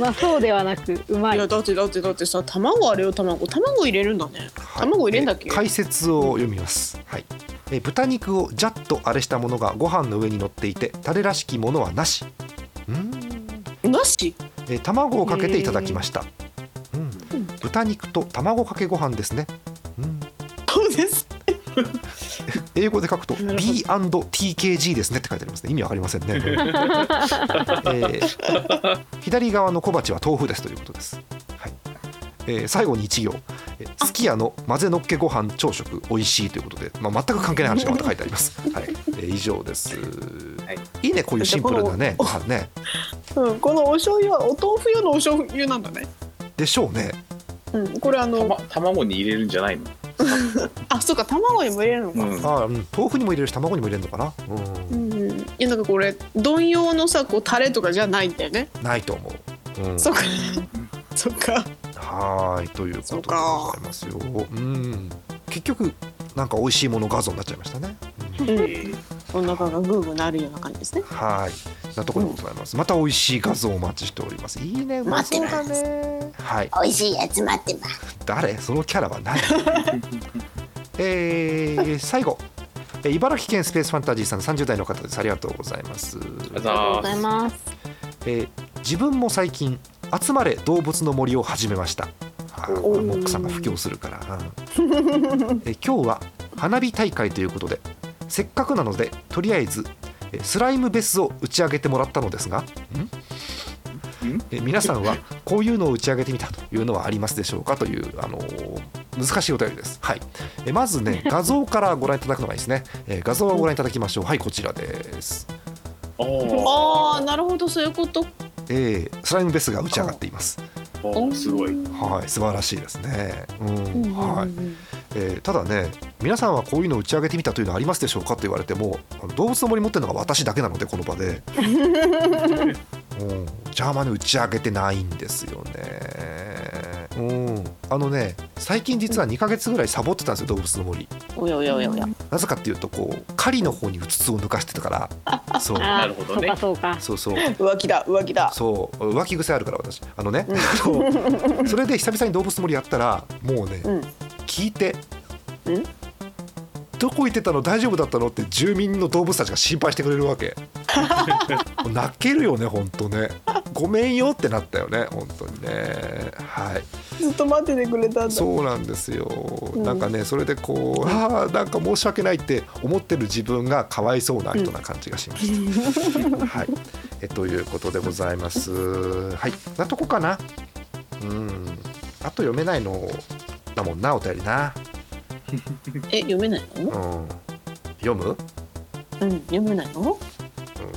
Speaker 3: まそうではなくうま
Speaker 4: い
Speaker 3: い
Speaker 4: やだってだってだってさ卵あれよ卵卵入れるんだね卵入れんだっ
Speaker 1: え
Speaker 4: け
Speaker 1: ー解説を読みますはいえー豚肉をジャッとあれしたものがご飯の上に乗っていてタレらしきものはなしうーん
Speaker 4: なし
Speaker 1: えー卵をかけていただきました、うん、豚肉と卵かけご飯ですね、うん、
Speaker 4: そうです
Speaker 1: 英語で書くと
Speaker 4: なるほど
Speaker 1: B&TKG ですねって書いてありますね意味わかりませんね、えー左側の小鉢は豆腐ですということです、はいえー最後に1行えー「すき家の混ぜのっけご飯朝食美味しい」ということで、まあ、全く関係ない話がまた書いてあります、はいえー以上です、、
Speaker 2: はい
Speaker 1: いねこういうシンプルなねご飯ね
Speaker 4: うんこのお醤油はお豆腐用のお醤油なんだね
Speaker 1: でしょうね
Speaker 4: うんこれあ
Speaker 2: ーたま
Speaker 4: の
Speaker 2: 卵に入れるんじゃないの
Speaker 4: あそうか卵にも入れるのか
Speaker 2: うん
Speaker 1: あー、うん、豆腐にも入れるし卵にも入れるのかな、うん
Speaker 4: うんうんいやなんかこれ丼用のさこうタレとかじゃないんだよね
Speaker 1: ないと思う。うん、
Speaker 4: そっかそっか
Speaker 1: はーいということ
Speaker 4: そ
Speaker 1: で
Speaker 4: うか
Speaker 1: ございますよ。うん、結局なんか美味しいもの画像になっちゃいましたね。うん
Speaker 4: うんお腹がグーグーなるような感じですね
Speaker 1: はーい、なところでございます。また美味しい画像をお待ちしております。いいね、うまそうだね。はい、
Speaker 5: 美味しいやつ待ってます
Speaker 1: 誰、そのキャラは 何。えー、最後。えー茨城県スペースファンタジーさん30代の方ですありがとうございます、
Speaker 2: あ
Speaker 3: ありがとう
Speaker 2: ざ
Speaker 3: ござ
Speaker 2: ー
Speaker 3: い
Speaker 2: す
Speaker 3: ます
Speaker 1: えー自分も最近集まれ動物の森を始めましたあー
Speaker 2: お
Speaker 4: ー
Speaker 1: モックさんが 布教するから、うんえー今日は花火大会ということでせっかくなのでとりあえずえースライムベースを打ち上げてもらったのですがんえー皆さんはこういうのを打ち上げてみたというのはありますでしょうかという、あのー難しいお便りです、はい、えーまずね画像からご覧いただくのがいいですね、えー画像をご覧いただきましょうはいこちらです、
Speaker 2: あ
Speaker 4: ああなるほどそういうこと
Speaker 1: えースライムベースが打ち上がっています
Speaker 2: ーあーすごい
Speaker 1: はい、素晴らしいですね。うん、は、
Speaker 4: はい
Speaker 1: えーただね、皆さんはこういうのを打ち上げてみたというのはありますでしょうかと言われても、あの動物の森持ってるのが私だけなのでこの場 で。うん、ジャーマネ打ち上げてないんですよね。うん、あのね、最近実は2ヶ月ぐらいサボってたんですよ動物の森。
Speaker 4: おやおやおやおや
Speaker 1: なぜかっていうとこう狩りの方にうつつを抜かしてた からそう
Speaker 3: あー
Speaker 2: なるほどね
Speaker 3: そうかそ
Speaker 1: そ
Speaker 3: うか
Speaker 1: うそう
Speaker 4: 浮気だ浮気だ
Speaker 1: そう浮気癖あるから私あのね、あの それで久々に動物森やったらもうね、
Speaker 4: うん
Speaker 1: 聞いて、
Speaker 4: うん
Speaker 1: どこ行ってたの大丈夫だったのって住民の動物たちが心配してくれるわ けもう泣けるよね本当ねごめんよってなったよね本当にねはい
Speaker 4: ずっと待っててくれたんだ
Speaker 1: そうなんですよ、
Speaker 4: ん
Speaker 1: なんかねそれでこうああなんか申し訳ないって思ってる自分がかわいそうな人な感じがしました、 はいえということでございますはいなとこかなうんあと読めないのだもんなお便りな
Speaker 4: え読めない
Speaker 1: う
Speaker 4: の
Speaker 1: ん読む、
Speaker 4: うん読めないの
Speaker 1: うん、そう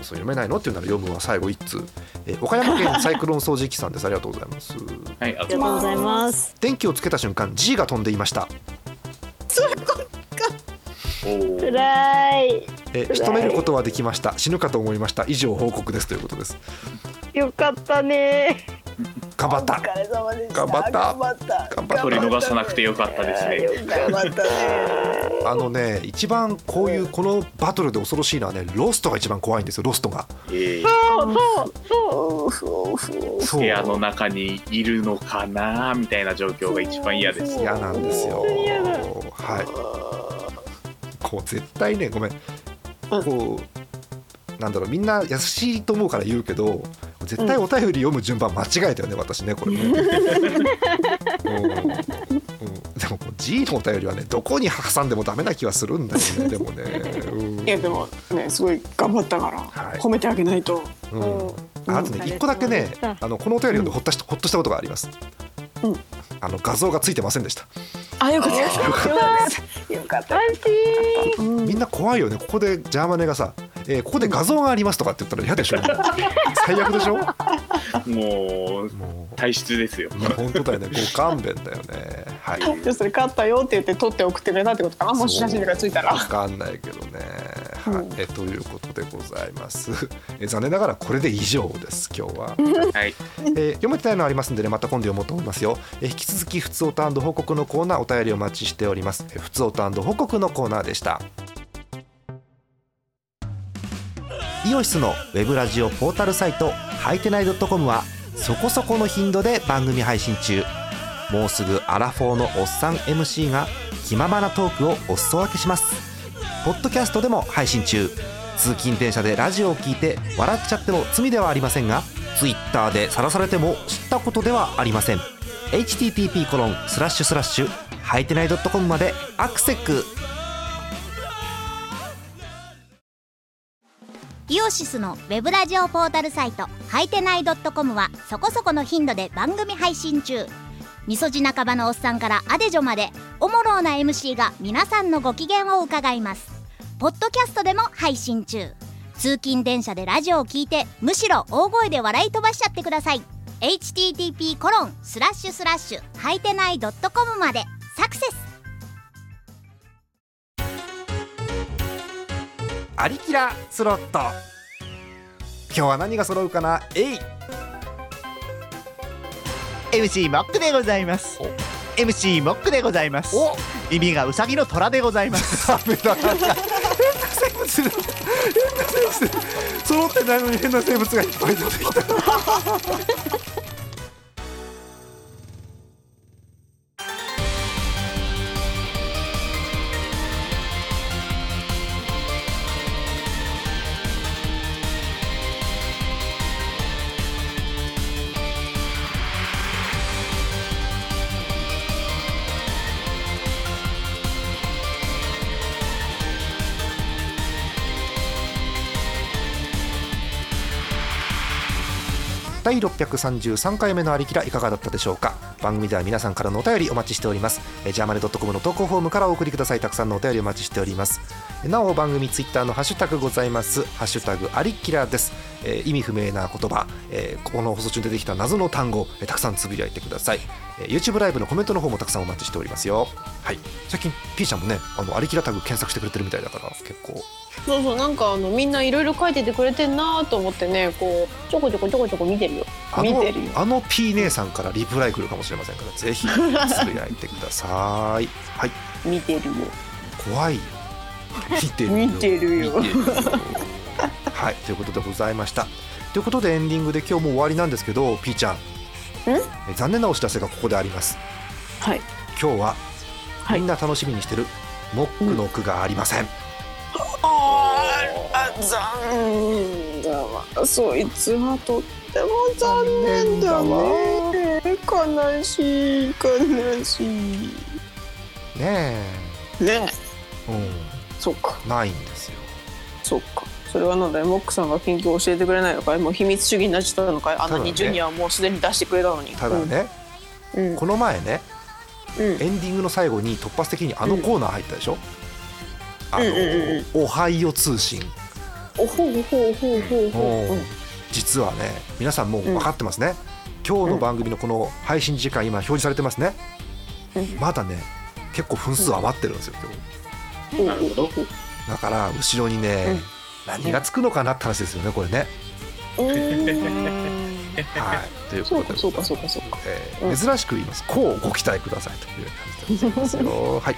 Speaker 1: 読めないのっていうなら読むは最後一通え岡山県サイクロン掃除機さんですありがとうございます
Speaker 2: はい、あ
Speaker 3: ありがとうございます
Speaker 1: 電気をつけた瞬間 G が飛んでいました
Speaker 2: おお
Speaker 3: つらい
Speaker 1: え仕留めることはできました死ぬかと思いました以上報告ですということです
Speaker 3: よかったね
Speaker 1: 頑張っ
Speaker 4: お
Speaker 1: た
Speaker 4: 疲れ様でした
Speaker 1: 頑張った
Speaker 4: 頑張った
Speaker 1: 頑張った
Speaker 2: 取り逃さなくてよかったですね
Speaker 4: 頑張ったね
Speaker 1: あのね一番こういうこのバトルで恐ろしいのはねロストが一番怖いんですよロストが
Speaker 2: えー
Speaker 3: そうそうそう
Speaker 4: おうふおうふおう
Speaker 1: そ
Speaker 2: 部
Speaker 1: う
Speaker 2: 屋の中にいるのかなみたいな状況が一番嫌です
Speaker 1: 嫌なんですよはいこう絶対ねごめんこうなんだろうみんな優しいと思うから言うけど絶対お便り読む順番間違えたよね私ねこれねうんうんでもこう G のお便りはねどこに挟んでもダメな気はするんだ よねでもね、うん
Speaker 4: いやでもねすごい頑張ったから、
Speaker 1: はい
Speaker 4: 褒めてあげないと
Speaker 1: うん、あとね一個だけね
Speaker 3: うん
Speaker 1: あのこのお便りをほったしほっとしたことがあります。
Speaker 4: うん
Speaker 1: あの画像がついてませんでした。
Speaker 4: あよかったよかったよかった
Speaker 3: 安心
Speaker 1: みんな怖いよね。ここでジャーマネがさ、えーここで画像がありますとかって言ったら嫌 でしょ。最悪でしょ。
Speaker 2: もう
Speaker 1: も
Speaker 2: 体質ですよ
Speaker 1: うもう本当だよね。ご勘弁だよね。はい。
Speaker 4: じゃあそれ勝ったよって言って取って送ってくれたってことかなもし写真とかついたら
Speaker 1: わかんないけどね。は
Speaker 4: う
Speaker 1: い、えということでございます。え残念ながらこれで以上です。今日は。
Speaker 2: はい
Speaker 1: えー読めてないのありますんでねまた今度読もうと思いますよ、えー引き続きふつおた報告のコーナーお便りお待ちしておりますえーふつおた報告のコーナーでしたイオシスのウェブラジオポータルサイトハイテナイドットコムはそこそこの頻度で番組配信中もうすぐアラフォーのおっさん MC が気ままなトークをお裾分けしますポッドキャストでも配信中通勤電車でラジオを聞いて笑っちゃっても罪ではありませんが Twitter で晒されても知ったことではありません http コロンスラッシュスラッシュはいてない .com までアクセック
Speaker 5: イオシスのウェブラジオポータルサイト「はいてない .com」はそこそこの頻度で番組配信中みそじ半ばのおっさんからアデジョまでおもろうな MC が皆さんのご機嫌を伺いますポッドキャストでも配信中通勤電車でラジオを聞いてむしろ大声で笑い飛ばしちゃってください http コロンスラッシュスラッシュはいてない .com までサクセス
Speaker 1: アリキラスロット今日は何が揃うかなえい
Speaker 8: MC モックでございます
Speaker 1: お
Speaker 8: MC モックでございます
Speaker 1: お
Speaker 8: 耳がウサギの虎でございます
Speaker 1: ダメだ変な生物だ変な生物揃ってないのに変な生物がいっぱい出てきた第633回目のありきらいかがだったでしょうか番組では皆さんからのお便りお待ちしておりますえージャーマネドットコムの投稿フォームからお送りくださいたくさんのお便りお待ちしておりますえーなお番組ツイッターのハッシュタグございますハッシュタグありきらです、えー意味不明な言葉、えーこの放送中に出てきた謎の単語、えーたくさんつぶやいてください、えー YouTube ライブのコメントの方もたくさんお待ちしておりますよはい最近 P ちゃんもねあのありきらタグ検索してくれてるみたいだから結構
Speaker 4: そうそうなんかあのみんないろいろ書いててくれてんなと思ってねこうちょこちょこちょこちょこ見てるよ
Speaker 1: あ
Speaker 4: 見
Speaker 1: の
Speaker 4: てるよ
Speaker 1: あの P 姉さんからリプライ来るかもしれませんからぜひつぶやいてくださいはい
Speaker 4: 見てるよ
Speaker 1: 怖い見て
Speaker 4: 見てるよ
Speaker 1: 見てるよはいということでございましたということでエンディングで今日もう終わりなんですけどピーちゃんえ残念なお知らせがここであります
Speaker 4: はい
Speaker 1: 今日は
Speaker 4: はい
Speaker 1: みんな楽しみにしてるモックの句がありません、
Speaker 4: あーあ残念だわそいつはとっても残念だわ悲しい悲しい
Speaker 1: ね
Speaker 4: ねえ
Speaker 1: え、う
Speaker 4: そっか
Speaker 1: ん、ないんですよ
Speaker 4: そっかそれはなんだよモックさんが研究を教えてくれないのかいもう秘密主義になっちゃったのかいあんな
Speaker 1: ただね
Speaker 4: にジュニアはもうすでに出してくれたのに
Speaker 1: ただね、
Speaker 4: うんうん
Speaker 1: この前ね
Speaker 4: うん
Speaker 1: エンディングの最後に突発的にあのコーナー入ったでしょ、あの、
Speaker 4: うんうんうん
Speaker 1: おはよう通信、
Speaker 4: おほうほうほうほうほうほう
Speaker 1: 実はね皆さんもう分かってますね、今日の番組のこの配信時間今表示されてますね、
Speaker 4: うん
Speaker 1: まだね結構分数余ってるんですよ今日
Speaker 2: なるほど
Speaker 1: だから後ろにね、
Speaker 4: うん
Speaker 1: 何がつくのかなって話ですよねこれね、
Speaker 4: うーん
Speaker 1: はいという
Speaker 4: そう
Speaker 1: こと
Speaker 4: か
Speaker 1: で
Speaker 4: そうかそうかそうか
Speaker 1: えー珍しく言います。こうご期待くださいという感じでございますよ。はい。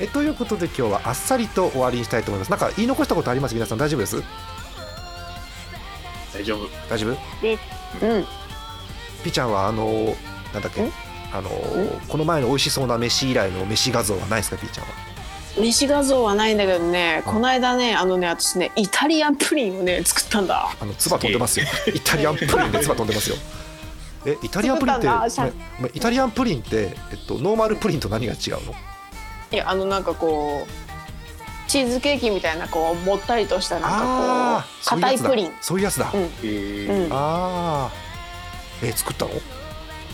Speaker 1: えということで今日はあっさりと終わりにしたいと思います。なんか言い残したことあります皆さん大丈夫です？
Speaker 2: 大丈夫
Speaker 1: 大丈夫？
Speaker 4: うん
Speaker 1: ピーちゃんはあのーなんだっけ
Speaker 4: ん？
Speaker 1: あのーこの前の美味しそうな飯以来の飯画像はないですかピーちゃんは？
Speaker 4: 飯画像はないんだけどねこの間ねあのね私ねイタリアンプリンをね作ったんだ
Speaker 1: あの唾飛んでますよ。イタリアンプリンで唾飛んでますよ。えイタリアンプリンって
Speaker 4: そうだな
Speaker 1: ごめんごめんイタリアンプリンってえっとノーマルプリンと何が違うの？
Speaker 4: いやあのなんかこうチーズケーキみたいなこうもったりとしたなん
Speaker 1: あ
Speaker 4: かこ
Speaker 1: あ
Speaker 4: う
Speaker 1: そう
Speaker 4: 硬
Speaker 1: う
Speaker 4: い
Speaker 1: やつだ
Speaker 4: プリン
Speaker 1: そういうやつだ。
Speaker 4: うん
Speaker 2: え
Speaker 1: ああえ作ったの？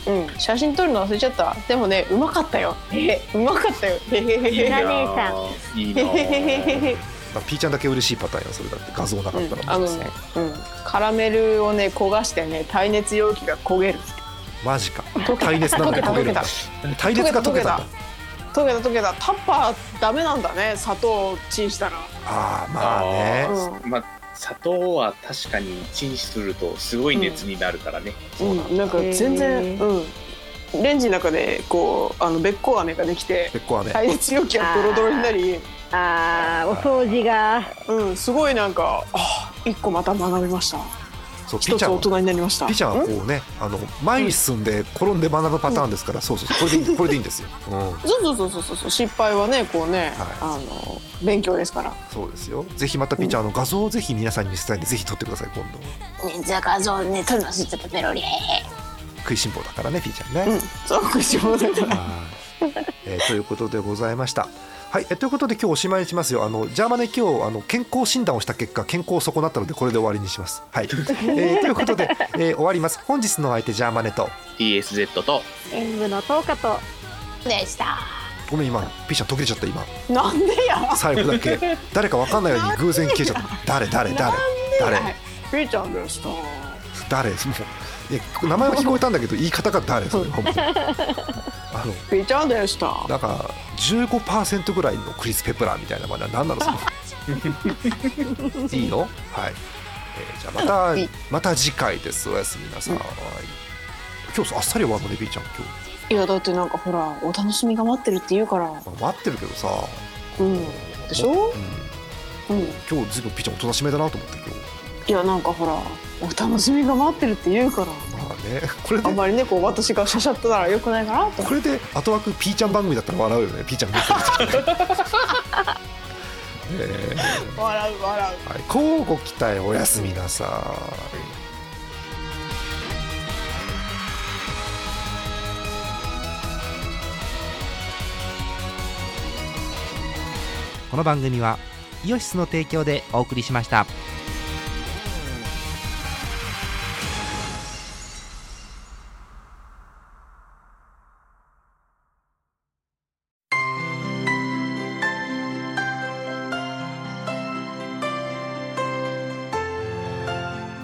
Speaker 4: うん、うん、写真撮るの忘れちゃったでもねうまかったよえうまかったよへへ
Speaker 2: ー、
Speaker 4: へへ
Speaker 2: いいな
Speaker 3: ラ姉さ
Speaker 2: ーいいなー
Speaker 4: へ
Speaker 1: まあ、ピーちゃんだけ嬉しいパターンよそれだって画像なかったら
Speaker 4: あ
Speaker 1: も
Speaker 4: の
Speaker 1: うですね
Speaker 4: ね、うん、カラメルをね焦がしてね耐熱容器が焦げる
Speaker 1: マジか耐熱なのに
Speaker 4: 溶けた
Speaker 1: 焦げるんだ耐熱が溶けたんだ
Speaker 4: 溶溶けた溶けたタッパーダメなんだね砂糖をチンしたら
Speaker 1: ああまあね
Speaker 4: あー
Speaker 2: まあ砂糖は確かにチンするとすごい熱になるからね、
Speaker 4: うん、なんか全然、うん、レンジの中でこうあのべっこう飴ができて
Speaker 1: 結構はね
Speaker 4: 耐熱容器がドロドロになり、
Speaker 3: あーお掃除が
Speaker 4: うん、すごいなんかあ一個また学びました
Speaker 1: そうピーち
Speaker 4: 一つ
Speaker 1: ゃん
Speaker 4: 大
Speaker 1: は
Speaker 4: 人になりました
Speaker 1: ピーちゃんはこうねあの前に進んで転んで学ぶパターンですから、そうそうそうこれ でいいこれでいいんですよ、うん、
Speaker 4: そうそうそうそうそう失敗はねこうね、
Speaker 1: は
Speaker 4: あの勉強ですから
Speaker 1: そうですよぜひまたピーちゃんあの画像をぜひ皆さんに見せたいんでぜひ撮ってください今度
Speaker 5: じゃあ画像ね撮るのすちょっとペロリ
Speaker 1: 食いしん坊だからねピーちゃんね、
Speaker 4: うんそうかしもだから
Speaker 1: はいえーということでございました。はい、えーということで今日おしまいにしますよ。あのジャーマネ今日あの健康診断をした結果健康を損なったのでこれで終わりにします。はい。えーということで、えー終わります。本日のお相手ジャーマネと
Speaker 2: TSZ と
Speaker 3: 演舞の10日と
Speaker 5: でした
Speaker 1: ごめん今ピーちゃん溶けちゃった 今
Speaker 4: なんでや
Speaker 1: 最後だけ誰かわかんないように偶然消えちゃった。誰誰誰誰
Speaker 4: ピーちゃんでした
Speaker 1: 誰もうえ名前は聞こえたんだけど言い方が誰それはも うあの
Speaker 4: ピーちゃんでした
Speaker 1: なんか15%ぐらいのクリス・ペプラーみたいなまだ何なの そのいいのはい、えーじゃあまたまた次回ですおやすみなさい、今日さあっさり終わるのねビーちゃん今
Speaker 4: いやだってなんかほらお楽しみが待ってるって言うから
Speaker 1: 日、まあ待ってるけどさ、
Speaker 4: うん、でしょ
Speaker 1: う、ん、
Speaker 4: うん
Speaker 1: 今日ずいぶんピーちゃんおとなしめだなと思って今日
Speaker 4: いやなんかほらお楽しみが待ってるって言うから
Speaker 1: まあね これ
Speaker 4: あ
Speaker 1: で
Speaker 4: んまりねこう私がしゃしゃったならよくないかなと思
Speaker 1: これで後枠ピーちゃん番組だったら笑うよねピーちゃん見てる時ねえ
Speaker 4: う笑う笑う
Speaker 1: はい、乞うご期待おやすみなさい
Speaker 9: この番組はイオシスの提供でお送りしました。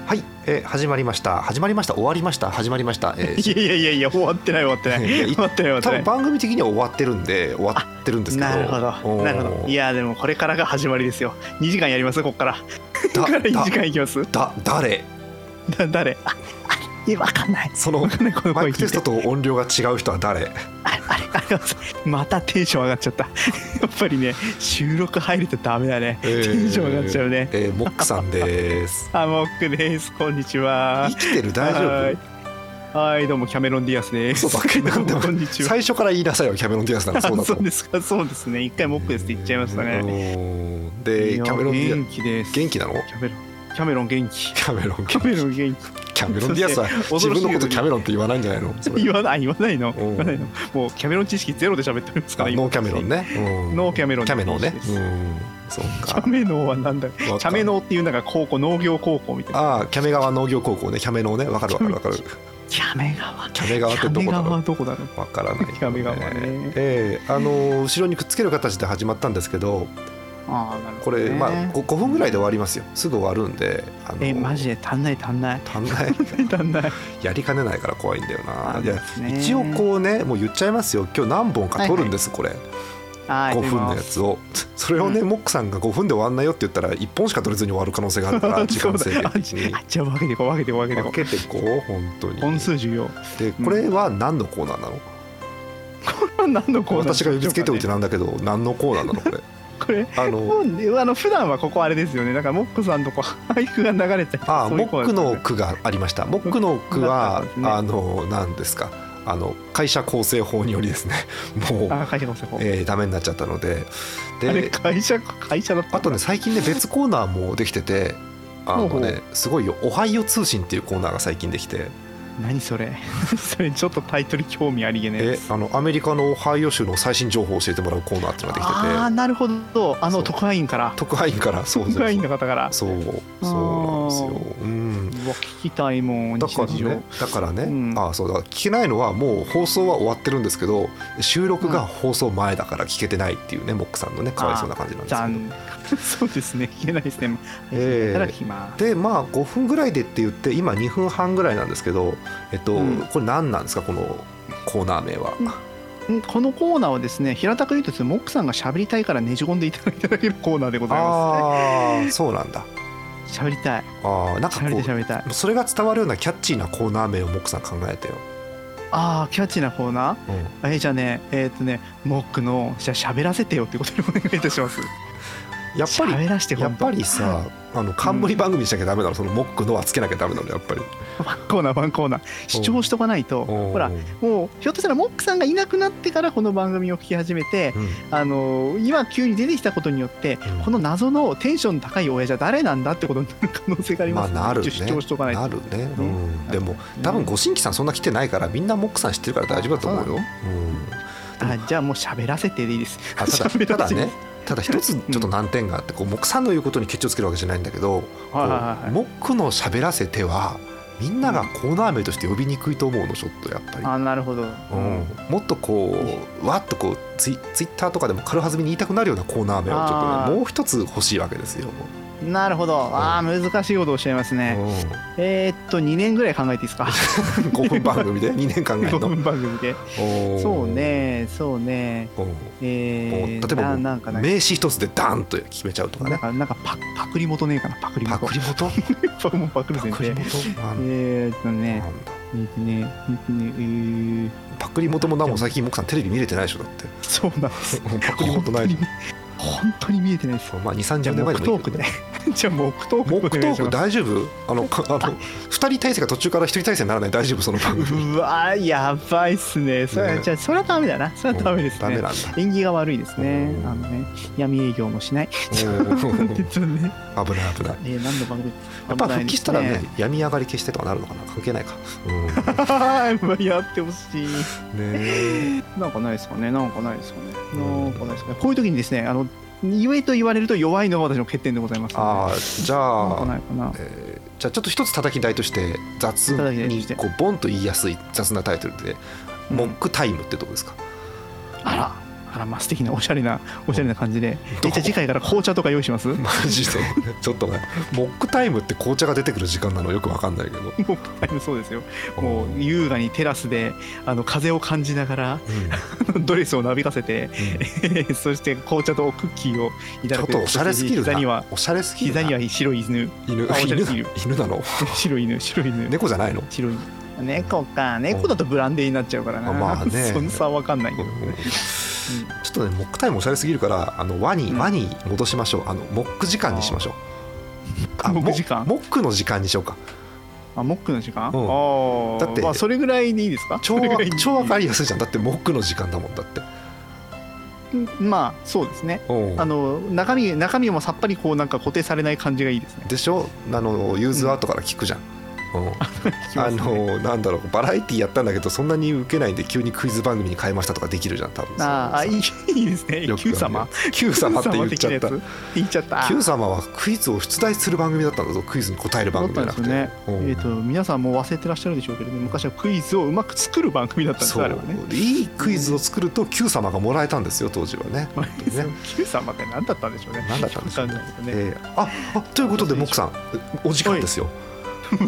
Speaker 1: はい、えー始まりました始まりました終わりました始まりました、えー
Speaker 8: いやいやいやいや終わってない終わってない
Speaker 1: いやい
Speaker 8: 終わってない終わっ
Speaker 1: 多分
Speaker 8: てない
Speaker 1: 番組的には終わってるんで終わってるんですけど
Speaker 8: なるほ
Speaker 1: おー
Speaker 8: どなるほどいやでもこれからが始まりですよ2時間やりますこっからこ
Speaker 1: だ
Speaker 8: っから2
Speaker 1: だ
Speaker 8: 時間いきます
Speaker 1: だ誰
Speaker 8: だ誰いやわかんない
Speaker 1: そ の
Speaker 8: わかんないこの
Speaker 1: マ
Speaker 8: 声
Speaker 1: イク
Speaker 8: 聞
Speaker 1: テ
Speaker 8: い
Speaker 1: スト
Speaker 8: て
Speaker 1: と音量が違う人は誰
Speaker 8: あれあれあれまたテンション上がっちゃった やっぱりね収録入るとダメだね、
Speaker 1: えー
Speaker 8: テンション上がっちゃうね、
Speaker 1: えーモックさん です
Speaker 8: あモックですこんにちは
Speaker 1: 生きてる大
Speaker 8: は
Speaker 1: 丈
Speaker 8: いはいどうもキャメロン・ディアスです
Speaker 1: 夫そうだなんで
Speaker 8: どう
Speaker 1: も
Speaker 8: もこんにちは
Speaker 1: 最初から言いなさいよキャメロン・ディアスならそうだ
Speaker 8: あ
Speaker 1: と
Speaker 8: そうですかそうですね一回モックですって言っちゃいましたね、
Speaker 1: ねで
Speaker 8: い
Speaker 1: キ
Speaker 8: や
Speaker 1: ャメロン・ディ
Speaker 8: 元
Speaker 1: アス
Speaker 8: 気です
Speaker 1: 元気なの
Speaker 8: キャメロンキャメロン元気
Speaker 1: キャメロン
Speaker 8: キャメロン元
Speaker 1: キャメロン・ディアスは
Speaker 8: そ
Speaker 1: 自
Speaker 8: して
Speaker 1: 分のこと
Speaker 8: 恐ろしいことに
Speaker 1: キャメロンって言わないんじゃないのそ
Speaker 8: 気
Speaker 1: れ
Speaker 8: 言わない言わないの
Speaker 1: うん
Speaker 8: 言わないのもうキャメロン知識ゼロで喋っております
Speaker 1: あ
Speaker 8: から今
Speaker 1: ノーキャメロンね、うん
Speaker 8: ノーキャメロン
Speaker 1: キャメロンね
Speaker 8: です
Speaker 1: うんそう
Speaker 8: キ
Speaker 1: か
Speaker 8: ャメノーはなんだ
Speaker 1: かんない
Speaker 8: キャメノーっていうなんか高校農業高校みたいな
Speaker 1: ああキャメ川農業高校ねキャメロンねわかるわかるわかる
Speaker 8: キャメ川
Speaker 1: キャメ川ってどこだろう
Speaker 8: キャメ川はどこだろう
Speaker 1: わからない、
Speaker 8: キャメ川ね
Speaker 1: ええあの後ろにくっつける形で始まったんですけど
Speaker 8: ああなる
Speaker 1: こ
Speaker 8: ほどね
Speaker 1: れ、まあ 5, 分ぐらいで終わりますよすぐ終わるんであの
Speaker 8: えマジで足んない足んない
Speaker 1: 足んない
Speaker 8: 足ん ない
Speaker 1: やりかねないから怖いんだよな
Speaker 8: あ
Speaker 1: いや
Speaker 8: ですね
Speaker 1: 一応こうねもう言っちゃいますよ今日何本か撮るんです、
Speaker 8: はい
Speaker 1: これ5分のやつをそれをね、モックさんが5分で終わんないよって言ったら1本しか撮れずに終わる可能性があるから時
Speaker 8: そう
Speaker 1: 間
Speaker 8: だ
Speaker 1: 制限的に
Speaker 8: あじゃあ分けてこう分けてこう分けてこ
Speaker 1: 分けてこう本当
Speaker 8: う
Speaker 1: に
Speaker 8: 本数重要
Speaker 1: でこれは何のコーナーなの、
Speaker 8: 何のコーナー
Speaker 1: 私が呼びつけておいてなんだけど何のコーナーなの これ
Speaker 8: これ
Speaker 1: あの
Speaker 8: もうねあの普段はここあれですよねなんかモックさんとこう俳句が流れたりとか
Speaker 1: ああ
Speaker 8: そうい
Speaker 1: モ
Speaker 8: うコ
Speaker 1: ック
Speaker 8: ーナーですよ
Speaker 1: の
Speaker 8: ね
Speaker 1: 句がありましたモックの句
Speaker 8: な
Speaker 1: は、
Speaker 8: んかあったんですね
Speaker 1: あの何ですかあの会社構成法によりですねもう、
Speaker 8: あ会社構成法
Speaker 1: えーダメになっちゃったので
Speaker 8: あれ
Speaker 1: で
Speaker 8: 会社会社だった
Speaker 1: あとね最近ね別コーナーもできててあの
Speaker 8: ほうほ
Speaker 1: ね
Speaker 8: う
Speaker 1: すごいよ「おはよう通信」っていうコーナーが最近できて
Speaker 8: 何それ それちょっとタイトル興味ありげね
Speaker 1: えあのアメリカのオハイオ州の最新情報を教えてもらうコーナーっていうのができてて
Speaker 8: ああなるほどあ
Speaker 1: そ
Speaker 8: の
Speaker 1: う
Speaker 8: 特派員から
Speaker 1: 特派員 からそう
Speaker 8: 特
Speaker 1: そう
Speaker 8: 派員
Speaker 1: そ
Speaker 8: の
Speaker 1: う
Speaker 8: 方から
Speaker 1: そうそうなんですようん
Speaker 8: うわ聞きたいもん
Speaker 1: だから
Speaker 8: 西田
Speaker 1: ねだ
Speaker 8: 事、
Speaker 1: からね、
Speaker 8: うん
Speaker 1: ああそうだ聞けないのはもう放送は終わってるんですけど収録が放送前だから聞けてないっていうね、モックさんのねかわいそうな感じなん
Speaker 8: 情残
Speaker 1: で
Speaker 8: 念そうですね聞けないですね
Speaker 1: ええ
Speaker 8: いただきます
Speaker 1: けどでまあ5分ぐらいでって言って今2分半ぐらいなんですけど、えっと
Speaker 8: うん
Speaker 1: これ何なんですかこのコーナー名は。
Speaker 8: んこのコーナーはですね平たく言うとですねモックさんが喋りたいからねじ込んでいただいただけるコーナーでございま
Speaker 1: ああそうなんだ。
Speaker 8: す喋りたい
Speaker 1: ああなんか
Speaker 8: 喋り
Speaker 1: こ
Speaker 8: たい喋りたいう
Speaker 1: それが伝わるようなキャッチーなコーナー名をモックさん考えてよ。
Speaker 8: ああキャッチーなコーナー
Speaker 1: うん
Speaker 8: えーじゃあねえっ、とねモックのじゃあ喋らせてよってことでお願いいたします
Speaker 1: やっぱり
Speaker 8: 喋らせて
Speaker 1: や
Speaker 8: ほん
Speaker 1: っ
Speaker 8: と
Speaker 1: ぱりさあの冠番組にしなきゃダメだろ、そのモックのはつけなきゃダメだろやっぱり。
Speaker 8: ワンコーナーワンコーナー主張しとかないと
Speaker 1: うん
Speaker 8: ほら
Speaker 1: うん
Speaker 8: もうひょっとしたらモックさんがいなくなってからこの番組を聞き始めてあのー今急に出てきたことによって
Speaker 1: うん
Speaker 8: この謎のテンションの高い親父は誰なんだってことになる可能性があります
Speaker 1: まあなるね
Speaker 8: 一応主張しとかないと
Speaker 1: なるね、う、
Speaker 8: うん
Speaker 1: でも
Speaker 8: うん
Speaker 1: 多分ご新規さんそんな来てないからみんなモックさん知ってるから大丈夫だと思うよ、うん、
Speaker 8: あじゃあもう喋らせてでいいです
Speaker 1: あただ
Speaker 8: 喋
Speaker 1: た
Speaker 8: ら
Speaker 1: だ
Speaker 8: せて
Speaker 1: ねただ一つちょっと難点があってこうモックさんの言うことにケチをつけるわけじゃないんだけど「こう
Speaker 8: はいはいはい
Speaker 1: モックの喋らせて」はみんながコーナー名として呼びにくいと思うのちょっとやっぱり。
Speaker 8: あなるほど、
Speaker 1: うん、もっとこうわっとこうツイツイッターとかでも軽はずみに言いたくなるようなコーナー名をちょっ
Speaker 8: あ
Speaker 1: と、
Speaker 8: ー
Speaker 1: ね、もう一つ欲しいわけですよ。
Speaker 8: なるほどあー難しいことをおっしゃいますね、
Speaker 1: う
Speaker 8: えーっと2年ぐらい考えていいですか
Speaker 1: ん、5分 番組で2年 間ぐら
Speaker 8: 5
Speaker 1: いの。
Speaker 8: 分番組で
Speaker 1: おー
Speaker 8: そう。ねそうね
Speaker 1: うんもう例
Speaker 8: え
Speaker 1: え
Speaker 8: ー、
Speaker 1: ば
Speaker 8: ななんか
Speaker 1: もう
Speaker 8: な
Speaker 1: 名詞一つでダンと決めちゃうとか
Speaker 8: なん
Speaker 1: ね。
Speaker 8: かなんかパパクリ元ねえかなパクリ
Speaker 1: パ
Speaker 8: 元
Speaker 1: クリ元
Speaker 8: パクリパクリ
Speaker 1: パ
Speaker 8: 先
Speaker 1: クリ
Speaker 8: 生
Speaker 1: 元なんだ
Speaker 8: えーっとね
Speaker 1: なんだ
Speaker 8: えーっとねえーっとね えー
Speaker 1: パクリ元もなんも最近モクさんテレビ見れてないでしょだって。
Speaker 8: そうなんです
Speaker 1: パクリ元ないでし
Speaker 8: 本当に見えてないです
Speaker 1: ょ。まあ2、3
Speaker 8: じゃ
Speaker 1: 十年
Speaker 8: あモ
Speaker 1: 前
Speaker 8: ク
Speaker 1: でも
Speaker 8: ト
Speaker 1: いい
Speaker 8: ーク
Speaker 1: けど
Speaker 8: で
Speaker 1: ね。
Speaker 8: じゃあモクトーク
Speaker 1: モクト
Speaker 8: お願いし
Speaker 1: ーク
Speaker 8: ます
Speaker 1: 大丈夫あの、かあの2人体制が途中から1人体制にならない大丈夫その番組。
Speaker 8: うわーやばいっすねそれ
Speaker 1: ね
Speaker 8: じゃあそれはダメだなそれは ダメです
Speaker 1: ダメ
Speaker 8: ね
Speaker 1: なんだ。
Speaker 8: 縁起が悪いですね
Speaker 1: うん
Speaker 8: あのね闇営業もしない
Speaker 1: お
Speaker 8: ちょ
Speaker 1: ー
Speaker 8: っとね
Speaker 1: 危ない危ない。
Speaker 8: えー何の番組
Speaker 1: やっぱ復帰したらね、病み上がり消してとかなるのかな関係ないか。
Speaker 8: はいまあ やってほしい
Speaker 1: うん、ねえ
Speaker 8: なんかないですかねなんかないですかねなんかないですかねこういう時にですねあの言えと言われると弱いのが私の欠点でございます
Speaker 1: ああ、じ
Speaker 8: あ
Speaker 1: ゃ
Speaker 8: なんか
Speaker 1: あ
Speaker 8: な、いかな
Speaker 1: えーじゃあちょっと一つ叩き台として雑
Speaker 8: 叩き台と
Speaker 1: に
Speaker 8: して
Speaker 1: こうボンと言いやすい雑なタイトルで「
Speaker 8: う ん
Speaker 1: モックタイム」ってとこですか、
Speaker 8: あらあらまあ素敵なおしゃれなおしゃれな感じでえじゃあ次回から紅茶とか用意します
Speaker 1: マジでちょっとねモックタイムって紅茶が出てくる時間なのよくわかんないけど
Speaker 8: そうですよもう優雅にテラスであの風を感じながら ドレスをなびかせて そして紅茶とクッキーを
Speaker 1: ち
Speaker 8: いた
Speaker 1: ょ
Speaker 8: だ
Speaker 1: っ
Speaker 8: く
Speaker 1: とおしゃれすぎる
Speaker 8: 膝に
Speaker 1: な
Speaker 8: は
Speaker 1: おしゃれすぎるな
Speaker 8: 膝には白い犬
Speaker 1: 犬
Speaker 8: あおしゃれ
Speaker 1: 犬
Speaker 8: すぎる
Speaker 1: 犬な の
Speaker 8: 白い犬白い犬
Speaker 1: 猫じゃないの
Speaker 8: 白い猫か猫だとブランデーになっちゃうからな、
Speaker 1: あまあね
Speaker 8: そんな差は分かんないけ
Speaker 1: うん
Speaker 8: ど、
Speaker 1: うんちょっとねモックタイムおしゃれすぎるからあの輪に
Speaker 8: うん
Speaker 1: 輪に戻しましょうあのモック時間にしましょうあ
Speaker 8: モック
Speaker 1: モ
Speaker 8: 時間
Speaker 1: モックの時間にしようか
Speaker 8: あモックの時間、
Speaker 1: うん
Speaker 8: ああ
Speaker 1: だって
Speaker 8: まあ、それぐらいでいいですか
Speaker 1: 超
Speaker 8: それぐらいでいい
Speaker 1: 超わかりやすいじゃんだってモックの時間だもんだって
Speaker 8: うんまあそうですね
Speaker 1: うん
Speaker 8: あの中身中身もさっぱりこうなんか固定されない感じがいいですね。
Speaker 1: でしょあのユーズアートから聞くじゃん、うん あのなんだろうバラエティやったんだけどそんなに受けないんで急にクイズ番組に変えましたとかできるじゃん多分
Speaker 8: あーあいいいいですね。
Speaker 1: よく
Speaker 8: Q 様。
Speaker 1: Q 様って言っちゃった
Speaker 8: 的なやつ言っちゃった。
Speaker 1: Q 様はクイズを出題する番組だったんだぞクイズに答える番組じゃなくて、
Speaker 8: だったんですよね。えっ、
Speaker 1: うん
Speaker 8: と皆さんもう忘れてらっしゃるでしょうけれども、昔はクイズをうまく作る番組だったんです
Speaker 1: そ
Speaker 8: あれ
Speaker 1: う
Speaker 8: はね。
Speaker 1: でいいクイズを作ると Q 様がもらえたんですよ当時はね。本当に ね
Speaker 8: Q 様って何だったんでしょうね。
Speaker 1: 何だったんでしょう
Speaker 8: わかんないけどね。
Speaker 1: えーああということでモクさんお時間ですよ。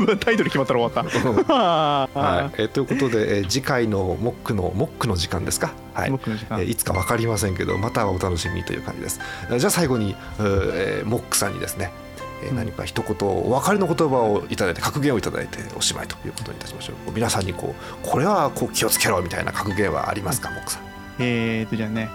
Speaker 8: タイトル決まったら終わった。は。
Speaker 1: はいえーということで、えー次回のモックのモックの時間ですか、はいい
Speaker 8: 僕の時
Speaker 1: え
Speaker 8: 間。
Speaker 1: ーいつか分かりませんけどまたはお楽しみにという感じですえーじゃあ最後に、えーえーモックさんにですね、えー
Speaker 8: うん
Speaker 1: 何か一言お別れの言葉をいただいて格言をいただいておしまいということにいたしましょうこう皆さんにこうこれはこう気をつけろみたいな格言はありますかモックさん
Speaker 8: えっ、とじゃあね、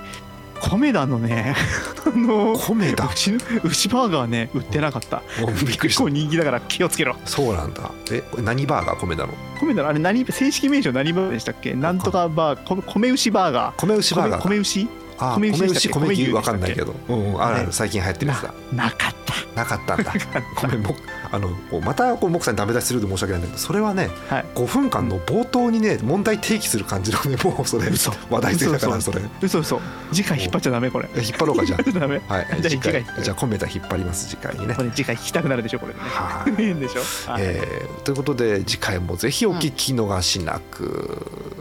Speaker 8: コメダのね、 あの
Speaker 1: 米だ
Speaker 8: 牛の牛バーガーね売ってなかった。
Speaker 1: もうびっくり
Speaker 8: 結
Speaker 1: し
Speaker 8: 構人気だから気をつけろ。
Speaker 1: た そうなんだえこれ何バーガー米だの
Speaker 8: 米だろあれ何正式名称何バーガーでしたっけなんとかバーこ米牛バーガー
Speaker 1: 米牛バーガーか
Speaker 8: 米米牛
Speaker 1: あ
Speaker 8: 米
Speaker 1: 米
Speaker 8: 牛でしたっ
Speaker 1: 牛
Speaker 8: け
Speaker 1: 米牛
Speaker 8: 米牛でしたっけ
Speaker 1: 分かんないけど、うんうん、あるあ
Speaker 8: ね
Speaker 1: る最近流行ってるやつだ
Speaker 8: なかった
Speaker 1: なかったんだごめんもあのこうまたこうモクさんにダメ出しすると申し訳ないんだけどそれはね、
Speaker 8: はい
Speaker 1: 5分間の冒頭にね問題提起する感じの ねもうそれ
Speaker 8: 嘘
Speaker 1: 話題性だからそれ
Speaker 8: 嘘嘘次回引っ張っちゃダメこれ
Speaker 1: え引っ張ろうかじゃ
Speaker 8: 引っ張っちゃ ダメ
Speaker 1: あはい
Speaker 8: じゃあ
Speaker 1: 次回
Speaker 8: 次回
Speaker 1: じゃあコメダ引っ張ります次回にね
Speaker 8: これ次回聞きたくなるでしょこれね
Speaker 1: はい
Speaker 8: いいんでしょはい
Speaker 1: えーということで次回もぜひお聞き逃しなく、